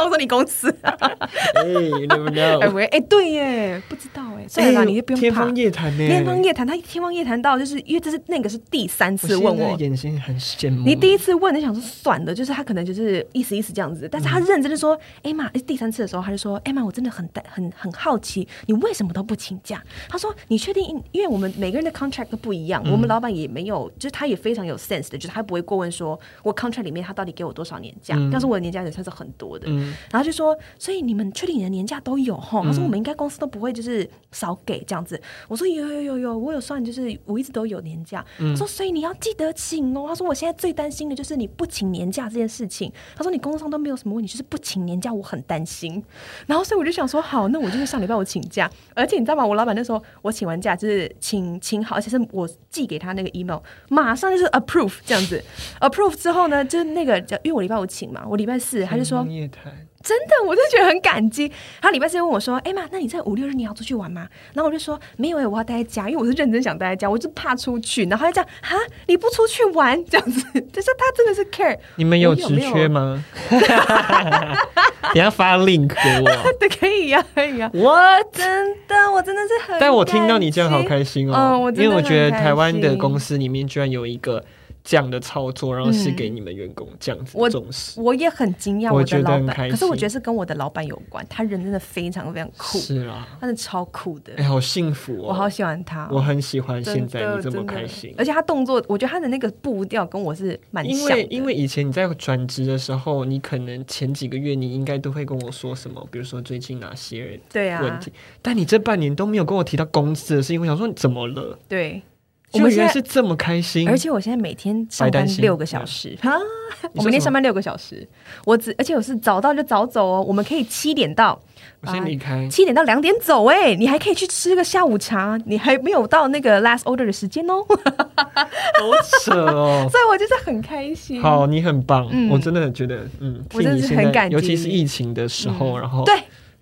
Speaker 2: 我说你公司，啊
Speaker 1: 哎，你不
Speaker 2: 哎
Speaker 1: know？
Speaker 2: 喂，哎对耶，不知道哎，算了啦，
Speaker 1: 哎
Speaker 2: 你就不用
Speaker 1: 天
Speaker 2: 怕
Speaker 1: 方。夜谭呢。
Speaker 2: 天方夜谭，他天方夜谭到就是因为这是那个是第三次问
Speaker 1: 我
Speaker 2: 我
Speaker 1: 现在，眼睛很羡慕
Speaker 2: 你第
Speaker 1: 一
Speaker 2: 一次问，你想说算了，就是他可能就是意思意思这样子，但是他认真的说，艾玛、第三次的时候，他就说，艾玛，我真的很担很很好奇，你为什么都不请假？他说，你确定？因为我们每个人的 contract 都不一样，我们老板也没有，就是他也非常有 sense 的，就是他不会过问说我 contract 里面他到底给我多少年假，
Speaker 1: 嗯
Speaker 2: 但是我的年假也算是很多的，
Speaker 1: 嗯
Speaker 2: 然后就说，所以你们确定你的年假都有吼？他说我们应该公司都不会就是少给这样子。我说有有有有，我有算，就是我一直都有年假。他说所以你要记得请哦。他说我现在最担心的就是你不请年假这件事情。他说你工作上都没有什么问题，就是不请年假我很担心。然后所以我就想说，好，那我就是上礼拜我请假，而且你知道吗？我老板那时候我请完假就是请请好，而且是我寄给他那个 email，马上就是 approve 这样子。approve 之后呢，就是那个因为我礼拜五请嘛，我礼拜四他就说。
Speaker 1: 夜谭，
Speaker 2: 真的，我就觉得很感激。他礼拜四问我说：“哎、妈，那你在五六日你要出去玩吗？”然后我就说：“没有、欸，我要待在家，因为我是认真想待在家，我就怕出去。”然后他就这样：“哈，你不出去玩这样子，就是他真的是 care，
Speaker 1: 你们有职缺吗？ 等一下发 link 给 我。
Speaker 2: 对，可以呀、可以呀、
Speaker 1: What？
Speaker 2: 真的，我真的是很……
Speaker 1: 但我听到你这样好开心哦，
Speaker 2: 嗯我真的
Speaker 1: 因为我觉得台湾的
Speaker 2: 很开心
Speaker 1: 公司里面居然有一个这样的操作，然后是给你们员工这样子的
Speaker 2: 我
Speaker 1: 重视。
Speaker 2: 我也很惊讶
Speaker 1: 我
Speaker 2: 我
Speaker 1: 觉
Speaker 2: 的
Speaker 1: 得
Speaker 2: 老
Speaker 1: 很开
Speaker 2: 板，
Speaker 1: 心
Speaker 2: 可是我觉得是跟我的老板有关，他人真的非常非常酷，
Speaker 1: 是啊，
Speaker 2: 他是超酷的，
Speaker 1: 哎，好幸福哦！
Speaker 2: 我好喜欢他哦、
Speaker 1: 我很喜欢
Speaker 2: 真
Speaker 1: 现在
Speaker 2: 的
Speaker 1: 你这么
Speaker 2: 真的
Speaker 1: 开心，
Speaker 2: 而且他动作，我觉得他的那个步调跟我是蛮
Speaker 1: 因
Speaker 2: 像的
Speaker 1: 为因为以前你在转职的时候，你可能前几个月你应该都会跟我说什么，比如说最近哪些
Speaker 2: 对啊，
Speaker 1: 问题，但你这半年都没有跟我提到公司的事情，我想说你怎么了？
Speaker 2: 对，
Speaker 1: 我们原来是这么开心，
Speaker 2: 而且我现在每天上
Speaker 1: 白
Speaker 2: 班
Speaker 1: 担心
Speaker 2: 六个小时啊，
Speaker 1: 你说
Speaker 2: 我每天
Speaker 1: 什么
Speaker 2: 上班六个小时，我只而且我是早到就早走哦，我们可以七点到，啊
Speaker 1: 我
Speaker 2: 哎
Speaker 1: 先离开。
Speaker 2: 七点到两点走哎、你还可以去吃个下午茶，你还没有到那个 last order 的时间哦，所
Speaker 1: 好扯哦。
Speaker 2: 以我就是很开心。
Speaker 1: 好，你很棒，
Speaker 2: 嗯
Speaker 1: 我真的觉得，嗯，
Speaker 2: 我
Speaker 1: 替
Speaker 2: 真
Speaker 1: 你
Speaker 2: 的是
Speaker 1: 现
Speaker 2: 很
Speaker 1: 在
Speaker 2: 感激嗯
Speaker 1: 尤其是疫情的时候，然后
Speaker 2: 对，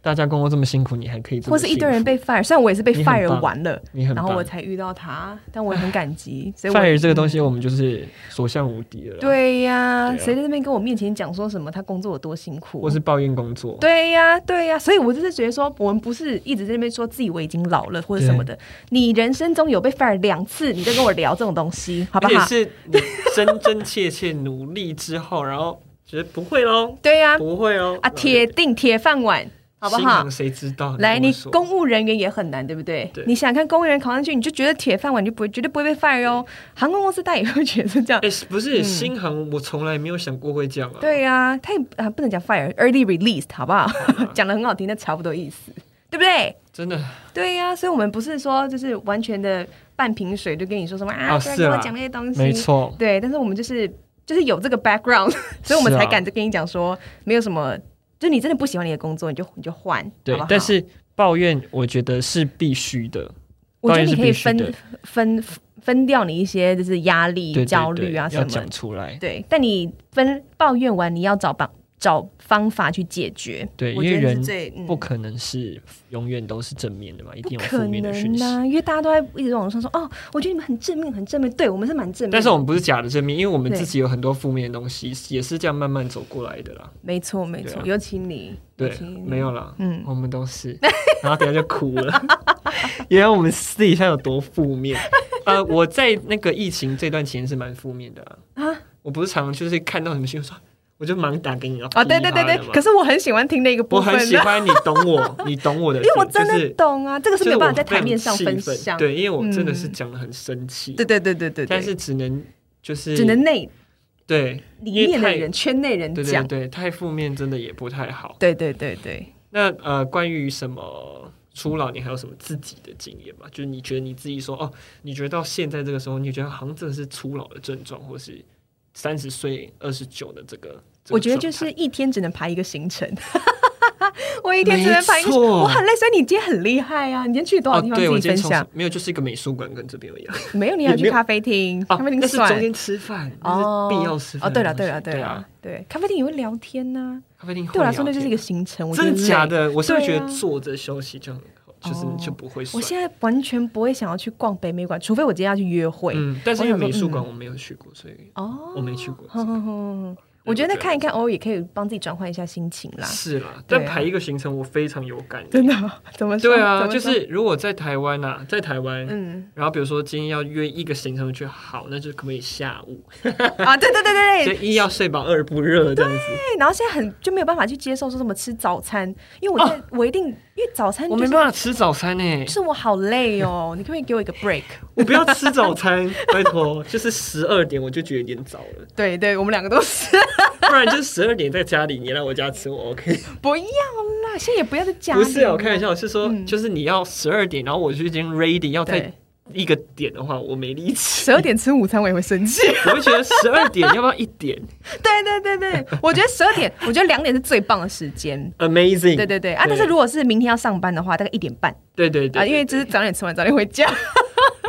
Speaker 1: 大家工作这么辛苦，你还可以这么
Speaker 2: 或
Speaker 1: 幸
Speaker 2: 是
Speaker 1: 福，
Speaker 2: 一堆人被 fire，虽然我也是被
Speaker 1: 你很棒
Speaker 2: fire 完了，
Speaker 1: 你很
Speaker 2: 然
Speaker 1: 棒，
Speaker 2: 后我才遇到他，但我也很感激。所以我嗯
Speaker 1: fire 这个东西，我们就是所向无敌了，，
Speaker 2: 对呀、
Speaker 1: 对啊
Speaker 2: 谁在那边跟我面前讲说什么他工作有多辛苦？
Speaker 1: 或是抱怨工作，
Speaker 2: 对呀、对呀、所以我就是觉得说，我们不是一直在那边说自己我已经老了或者什么的。你人生中有被 fire 两次，你在跟我聊这种东西，好不
Speaker 1: 而且
Speaker 2: 好？
Speaker 1: 嗯是你真真切切努力之后，然后觉得不会喽，
Speaker 2: 对呀、
Speaker 1: 不会哦喽
Speaker 2: 啊，铁定铁饭碗，好不
Speaker 1: 新
Speaker 2: 好
Speaker 1: 航？谁知道？
Speaker 2: 来，
Speaker 1: 跟
Speaker 2: 你
Speaker 1: 我说
Speaker 2: 公务人员也很难，对不对？
Speaker 1: 对
Speaker 2: 你想看公务人考上去，你就觉得铁饭碗，你就不会绝对不会被 fire 哦。航空公司大家也会觉得是这 样。
Speaker 1: 哎，是不是新航，我从来没有想过会这样啊。
Speaker 2: 嗯对呀、他也啊不能讲 fire，early released 好不好？
Speaker 1: 啊
Speaker 2: 讲的很好听，但差不多意思，对不对？
Speaker 1: 真的，
Speaker 2: 对呀、所以我们不是说就是完全的半瓶水，就跟你说什么啊，
Speaker 1: 啊
Speaker 2: 不要
Speaker 1: 是
Speaker 2: 跟我
Speaker 1: 啦
Speaker 2: 讲那些东西，
Speaker 1: 没。错，
Speaker 2: 对，但是我们就是就是有这 个 background，所以我们
Speaker 1: 是啊
Speaker 2: 才敢跟你讲说，没有什么，就你真的不喜欢你的工作，你就你就换，
Speaker 1: 对
Speaker 2: 好不好，
Speaker 1: 但是抱怨我觉得是必须的，
Speaker 2: 我觉得
Speaker 1: 抱怨
Speaker 2: 你
Speaker 1: 是
Speaker 2: 可以
Speaker 1: 必须
Speaker 2: 分
Speaker 1: 的
Speaker 2: 分分掉你一些就是压力、
Speaker 1: 对对
Speaker 2: 焦虑啊
Speaker 1: 对
Speaker 2: 什
Speaker 1: 要
Speaker 2: 么的
Speaker 1: 讲，出来。
Speaker 2: 对，但你分抱怨完，你要找方找方法去解决，
Speaker 1: 对，因
Speaker 2: 我
Speaker 1: 为
Speaker 2: 觉得
Speaker 1: 人
Speaker 2: 是最、嗯、
Speaker 1: 不可能是永远都是正面的嘛，一定有
Speaker 2: 可
Speaker 1: 负面的讯
Speaker 2: 能啊
Speaker 1: 息。
Speaker 2: 呐、因为大家都在一直在网上说哦，我觉得你们很正面，很正面，对我们是蛮正面的。
Speaker 1: 但是我们不是假的正面，因为我们
Speaker 2: 对
Speaker 1: 自己有很多负面的东西，也是这样慢慢走过来的啦。
Speaker 2: 没错没错
Speaker 1: 对啊，
Speaker 2: 尤其你，尤
Speaker 1: 对
Speaker 2: 其，你
Speaker 1: 没有啦，
Speaker 2: 嗯
Speaker 1: 我们都是，然后等一下就哭了，原来我们私底下有多负 面。呃，我在那个疫情这段期间是蛮负面的啊，
Speaker 2: 啊
Speaker 1: 我不是常就是看到什么新闻说，我就忙打给你啊
Speaker 2: 啊，对对对对，可是我很喜欢听的一个部
Speaker 1: 我
Speaker 2: 分
Speaker 1: 很
Speaker 2: 的，
Speaker 1: 喜欢你懂我，你懂我的
Speaker 2: 因
Speaker 1: 点，
Speaker 2: 为我真的
Speaker 1: 就是
Speaker 2: 懂啊，这个是没有办法在
Speaker 1: 就是我
Speaker 2: 台面上
Speaker 1: 非
Speaker 2: 分
Speaker 1: 常气
Speaker 2: 享。嗯
Speaker 1: 愤对，因为我真的是讲的很生气，
Speaker 2: 对对对对对，对
Speaker 1: 但是只能就是
Speaker 2: 只能内
Speaker 1: 对
Speaker 2: 里面
Speaker 1: 因为
Speaker 2: 的
Speaker 1: 太
Speaker 2: 人、圈内人
Speaker 1: 对对
Speaker 2: 讲。
Speaker 1: 对，太负面真的也不太好。
Speaker 2: 对对对对，
Speaker 1: 那呃，关于什么初老，你还有什么自己的经验吗？就是你觉得你自己说哦，你觉得到现在这个时候，你觉得好像真的是初老的症状，或是三十岁、二十九的这个，这个
Speaker 2: 我觉得就
Speaker 1: 状
Speaker 2: 是
Speaker 1: 态
Speaker 2: 一天只能排一个行程。 我一天只能排一个，
Speaker 1: 没错
Speaker 2: 我很累，所以你今天很厉害啊！你今天去了多少
Speaker 1: 哦，
Speaker 2: 地
Speaker 1: 对我
Speaker 2: 方自
Speaker 1: 今
Speaker 2: 己分
Speaker 1: 天从
Speaker 2: 享？
Speaker 1: 没有，就是一个美术馆跟这边而已啊。
Speaker 2: 没有，你
Speaker 1: 也
Speaker 2: 要
Speaker 1: 没
Speaker 2: 去
Speaker 1: 有
Speaker 2: 咖啡厅，
Speaker 1: 啊
Speaker 2: 咖啡厅
Speaker 1: 那是中
Speaker 2: 算
Speaker 1: 间吃饭，
Speaker 2: 哦
Speaker 1: 那，是必要吃饭
Speaker 2: 哦，对了，
Speaker 1: 的东
Speaker 2: 对
Speaker 1: 西
Speaker 2: 了，
Speaker 1: 对
Speaker 2: 了
Speaker 1: 啊，，
Speaker 2: 对，咖啡店也会聊天啊呐。
Speaker 1: 咖啡厅
Speaker 2: 对我
Speaker 1: 会
Speaker 2: 来说，
Speaker 1: 聊
Speaker 2: 那就是一
Speaker 1: 天
Speaker 2: 个行程，我觉得
Speaker 1: 真的假
Speaker 2: 累？
Speaker 1: 的？我是不是
Speaker 2: 对
Speaker 1: 觉
Speaker 2: 啊
Speaker 1: 得坐着休息就很好，就是
Speaker 2: 哦
Speaker 1: 就不会酸
Speaker 2: 我。现在完全不会想要去逛北美馆，除非我今天要去约会。
Speaker 1: 嗯，但是因为
Speaker 2: 我想说
Speaker 1: 美术馆
Speaker 2: 嗯
Speaker 1: 我没有去过，所以
Speaker 2: 哦，
Speaker 1: 我没去过。
Speaker 2: 哼哼哼我觉得那看一看，偶尔也可以帮自己转换一下心情啦。
Speaker 1: 是啦，
Speaker 2: 对啊
Speaker 1: 但排一个行程我非常有感。
Speaker 2: 真的哦？ 怎么说？
Speaker 1: 对啊，
Speaker 2: 怎么
Speaker 1: 就
Speaker 2: 说
Speaker 1: 是如果在台湾啊，在台湾，
Speaker 2: 嗯
Speaker 1: 然后比如说今天要约一个行程去，好，那就可不可以下午？
Speaker 2: 啊，对对对对
Speaker 1: 所
Speaker 2: 对。
Speaker 1: 以一要睡饱，二不热这样子。
Speaker 2: 对然后现在很就没有办法去接受说什么吃早餐，因为我现在我一定因为早餐
Speaker 1: 哦我
Speaker 2: 就
Speaker 1: 没
Speaker 2: 是
Speaker 1: 办法吃早餐呢
Speaker 2: 就，是我好累哦，你可不可以给我一个 break？
Speaker 1: 我不要吃早餐， 拜托，就是十二点我就觉得有点早了，
Speaker 2: 对对，我们两个都是。
Speaker 1: 不然就是十二点在家里，你来我家吃我 OK。
Speaker 2: 不要啦，现在也不要再讲。
Speaker 1: 不是啊，我开玩
Speaker 2: 下。
Speaker 1: 笑，是说就是你要十二点，然后我就已经 ready 要
Speaker 2: 嗯对
Speaker 1: 在一个点的话，我没力气，
Speaker 2: 十二点吃午餐我也会生气。
Speaker 1: 我会觉得十二点要不要一 点
Speaker 2: 对 对对对，我觉得十二点，我觉得两点是最棒的时间。
Speaker 1: 嗯？Amazing，
Speaker 2: 对对对啊！但是如果是明天要上班的话，大概一点半
Speaker 1: 对对对
Speaker 2: 啊，因为
Speaker 1: 对
Speaker 2: 就是早点吃完，早点回 家。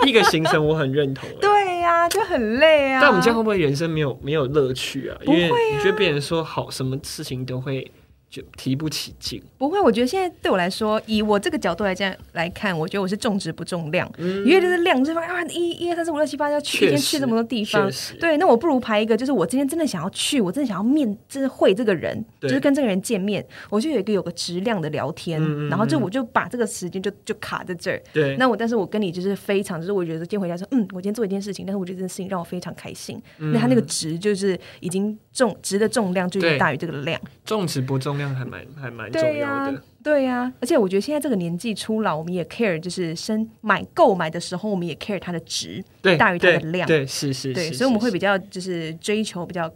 Speaker 1: 一个行程我很认同。欸
Speaker 2: 对呀、就很累啊。
Speaker 1: 但我们这样会不会人生没有没有乐趣啊？因为
Speaker 2: 不会
Speaker 1: 你
Speaker 2: 啊
Speaker 1: 觉得别人说好，什么事情都会就提不起劲。
Speaker 2: 不会，我觉得现在对我来说，以我这个角度来讲来看，我觉得我是重质不重量，
Speaker 1: 嗯
Speaker 2: 因为就是量这方啊，一、一、二、三、四、五、六、七、八，要去一
Speaker 1: 确
Speaker 2: 天
Speaker 1: 实
Speaker 2: 去这么多地方
Speaker 1: 确实，
Speaker 2: 对，那我不如排一个，就是我今天真的想要去，我真的想要面，就是会这个人，就
Speaker 1: 对
Speaker 2: 是跟这个人见面，我就有一个有个质量的聊天，
Speaker 1: 嗯嗯
Speaker 2: 然后就我就把这个时间就就卡在这儿。
Speaker 1: 对，
Speaker 2: 那我，但是我跟你就是非常，就是我觉得今天回家说，嗯，我今天做一件事情，但是我觉得这件事情让我非常开心，因为它那个值就是已经重值的重量就已
Speaker 1: 嗯
Speaker 2: 经
Speaker 1: 对
Speaker 2: 大于这个量。
Speaker 1: 重质不重量还蛮还蛮重
Speaker 2: 对啊
Speaker 1: 要的。
Speaker 2: 对呀、而且我觉得现在这个年纪初老，我们也 care，就是生买购买的时候，我们也 care 它的值
Speaker 1: 对，
Speaker 2: 大于它的
Speaker 1: 对
Speaker 2: 量，
Speaker 1: 对，是是是
Speaker 2: 对
Speaker 1: 是
Speaker 2: 所以我们会
Speaker 1: 是
Speaker 2: 比较就是追求比较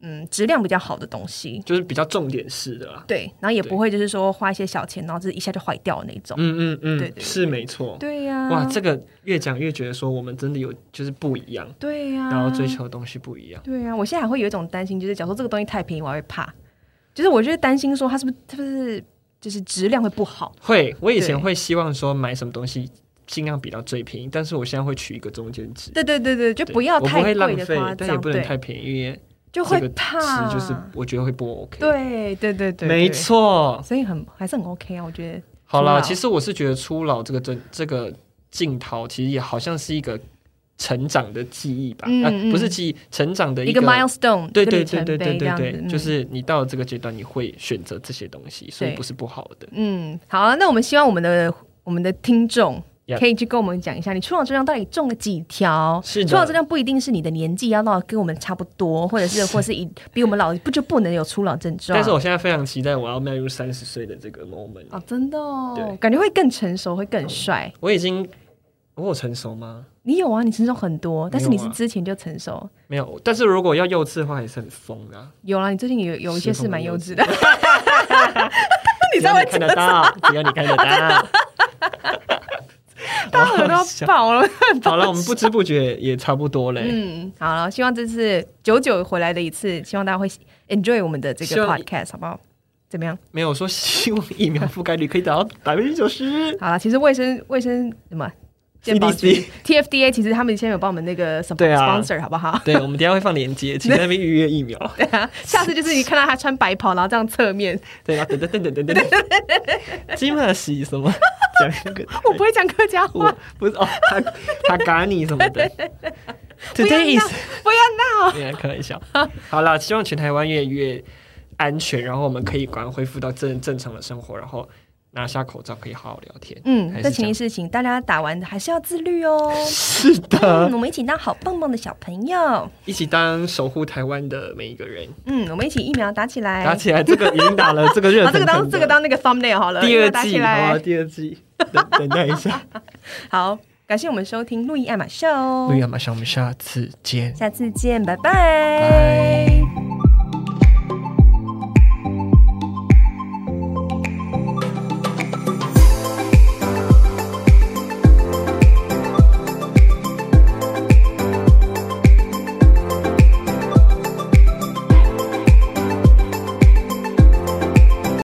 Speaker 2: 嗯质量比较好的东西。
Speaker 1: 就是比较重点式的啦。
Speaker 2: 对，然后也
Speaker 1: 对
Speaker 2: 不会就是说花一些小钱，然后就是一下就坏掉那种。
Speaker 1: 嗯嗯嗯，
Speaker 2: 对对对
Speaker 1: 是没错。
Speaker 2: 对啊呀、
Speaker 1: 哇，这个越讲越觉得说我们真的有就是不一样，
Speaker 2: 对呀、
Speaker 1: 然后追求的东西不一样。
Speaker 2: 对呀、啊我现在还会有一种担心，就是假如说这个东西太便宜，我还会怕，就是我就会担心说它是不是它是不是就是质量会不好。
Speaker 1: 会，我以前
Speaker 2: 对
Speaker 1: 会希望说买什么东西尽量比到最便宜，但是我现在会取一个中间值。
Speaker 2: 对对对对，就
Speaker 1: 对
Speaker 2: 不要
Speaker 1: 我不
Speaker 2: 太
Speaker 1: 会
Speaker 2: 贵
Speaker 1: 浪
Speaker 2: 的
Speaker 1: 费
Speaker 2: 夸，
Speaker 1: 但也
Speaker 2: 张，
Speaker 1: 不能
Speaker 2: 对，
Speaker 1: 太便宜，因为
Speaker 2: 就
Speaker 1: 这
Speaker 2: 会
Speaker 1: 个
Speaker 2: 怕，
Speaker 1: 吃就是我觉得会不 OK。，
Speaker 2: 对对对对，
Speaker 1: 没
Speaker 2: 对，
Speaker 1: 错。
Speaker 2: 所以很还是很 OK 啊，我觉得。
Speaker 1: 好
Speaker 2: 初
Speaker 1: 啦，
Speaker 2: 老
Speaker 1: 其实我是觉得初老这个真这个镜头，其实也好像是一个成长的记忆吧，
Speaker 2: 嗯
Speaker 1: 啊
Speaker 2: 嗯
Speaker 1: 不是记忆，成长的
Speaker 2: 一
Speaker 1: 个
Speaker 2: 个 milestone，
Speaker 1: 对
Speaker 2: 一个
Speaker 1: 对对
Speaker 2: 里程
Speaker 1: 对对
Speaker 2: 碑这
Speaker 1: 对
Speaker 2: 样子
Speaker 1: 对，
Speaker 2: 嗯
Speaker 1: 就是你到了这个阶段，你会选择这些东西，所以
Speaker 2: 对
Speaker 1: 不是不好的。
Speaker 2: 嗯，好啊、那我们希望我们的我们的听众
Speaker 1: Yeah
Speaker 2: 可以去跟我们讲一下，你初老质量到底中了几条？
Speaker 1: 是的
Speaker 2: 初老质量不一定是你的年纪要到跟我们差不多，或 者是或是一比我们老，不就不能有初老症状？
Speaker 1: 但是我现在非常期待我要迈入三十岁的这个 moment。
Speaker 2: 哦，真的
Speaker 1: 对
Speaker 2: 哦，感觉会更成熟，会更帅。
Speaker 1: 我已经我有成熟吗？
Speaker 2: 你有啊，你成熟很多，但是
Speaker 1: 没
Speaker 2: 你
Speaker 1: 有啊
Speaker 2: 是之前就成熟。
Speaker 1: 没有，但是如果要幼稚的话，也是很疯的啊、
Speaker 2: 有啦，你最近有有一些
Speaker 1: 失控
Speaker 2: 是蛮
Speaker 1: 的
Speaker 2: 幼
Speaker 1: 幼
Speaker 2: 稚
Speaker 1: 稚
Speaker 2: 的，
Speaker 1: 只要 你看得到，只要你看得到。
Speaker 2: 大家耳朵
Speaker 1: 好好
Speaker 2: 要
Speaker 1: 笑
Speaker 2: 爆了。
Speaker 1: 好了，我们不知不觉也差不多嘞。
Speaker 2: 嗯，好了，希望这次久久回来的一次，希望大家会 enjoy 我们的这
Speaker 1: 希
Speaker 2: 个
Speaker 1: 望
Speaker 2: podcast，好不好？怎么样？
Speaker 1: 没有我说希望疫苗覆盖率可以达到百分之九十。
Speaker 2: 好了，其实卫生卫生什么健保局 TFDA，其实他们现在有帮我们那个 s
Speaker 1: 对啊
Speaker 2: sponsor，好 不好？
Speaker 1: 对，我们等一下会放链接，请在那边预约疫苗。
Speaker 2: 对啊，下次就是你看到他穿白袍，然后这样侧面，
Speaker 1: 对啊，等等等等等等，金马喜什么？讲那个
Speaker 2: 我不会讲客家话
Speaker 1: 我，不是哦，他他嘎你什么 的。
Speaker 2: 不要闹
Speaker 1: Today，is
Speaker 2: 不要闹。
Speaker 1: 没有开玩笑。好啦，希望全台湾越来越安全，然后我们可以赶快恢复到正正常的生活，然后拿下口罩，可以好好聊天。
Speaker 2: 嗯，
Speaker 1: 还
Speaker 2: 这
Speaker 1: 是这
Speaker 2: 前提
Speaker 1: 样。
Speaker 2: 事情，大家打完还是要自律哦。
Speaker 1: 是
Speaker 2: 嗯，
Speaker 1: 的，
Speaker 2: 我们一起当好棒棒的小朋友。
Speaker 1: 一起当守护台湾的每一个人，
Speaker 2: 嗯，我们一起疫苗打起来。
Speaker 1: 打起来！这个已经打了，这个热
Speaker 2: 好，
Speaker 1: 腾
Speaker 2: 哎
Speaker 1: 腾的
Speaker 2: 啊这个当这个当那个 thumbnail 好了，
Speaker 1: 第
Speaker 2: 疫
Speaker 1: 二
Speaker 2: 苗打起
Speaker 1: 季，好啊，
Speaker 2: 来。
Speaker 1: 第二季，等等待一 下。
Speaker 2: 好，感谢我们收听《路易爱马秀哦
Speaker 1: 路》，亚，马上我们下次见，
Speaker 2: 下次见，拜
Speaker 1: 拜。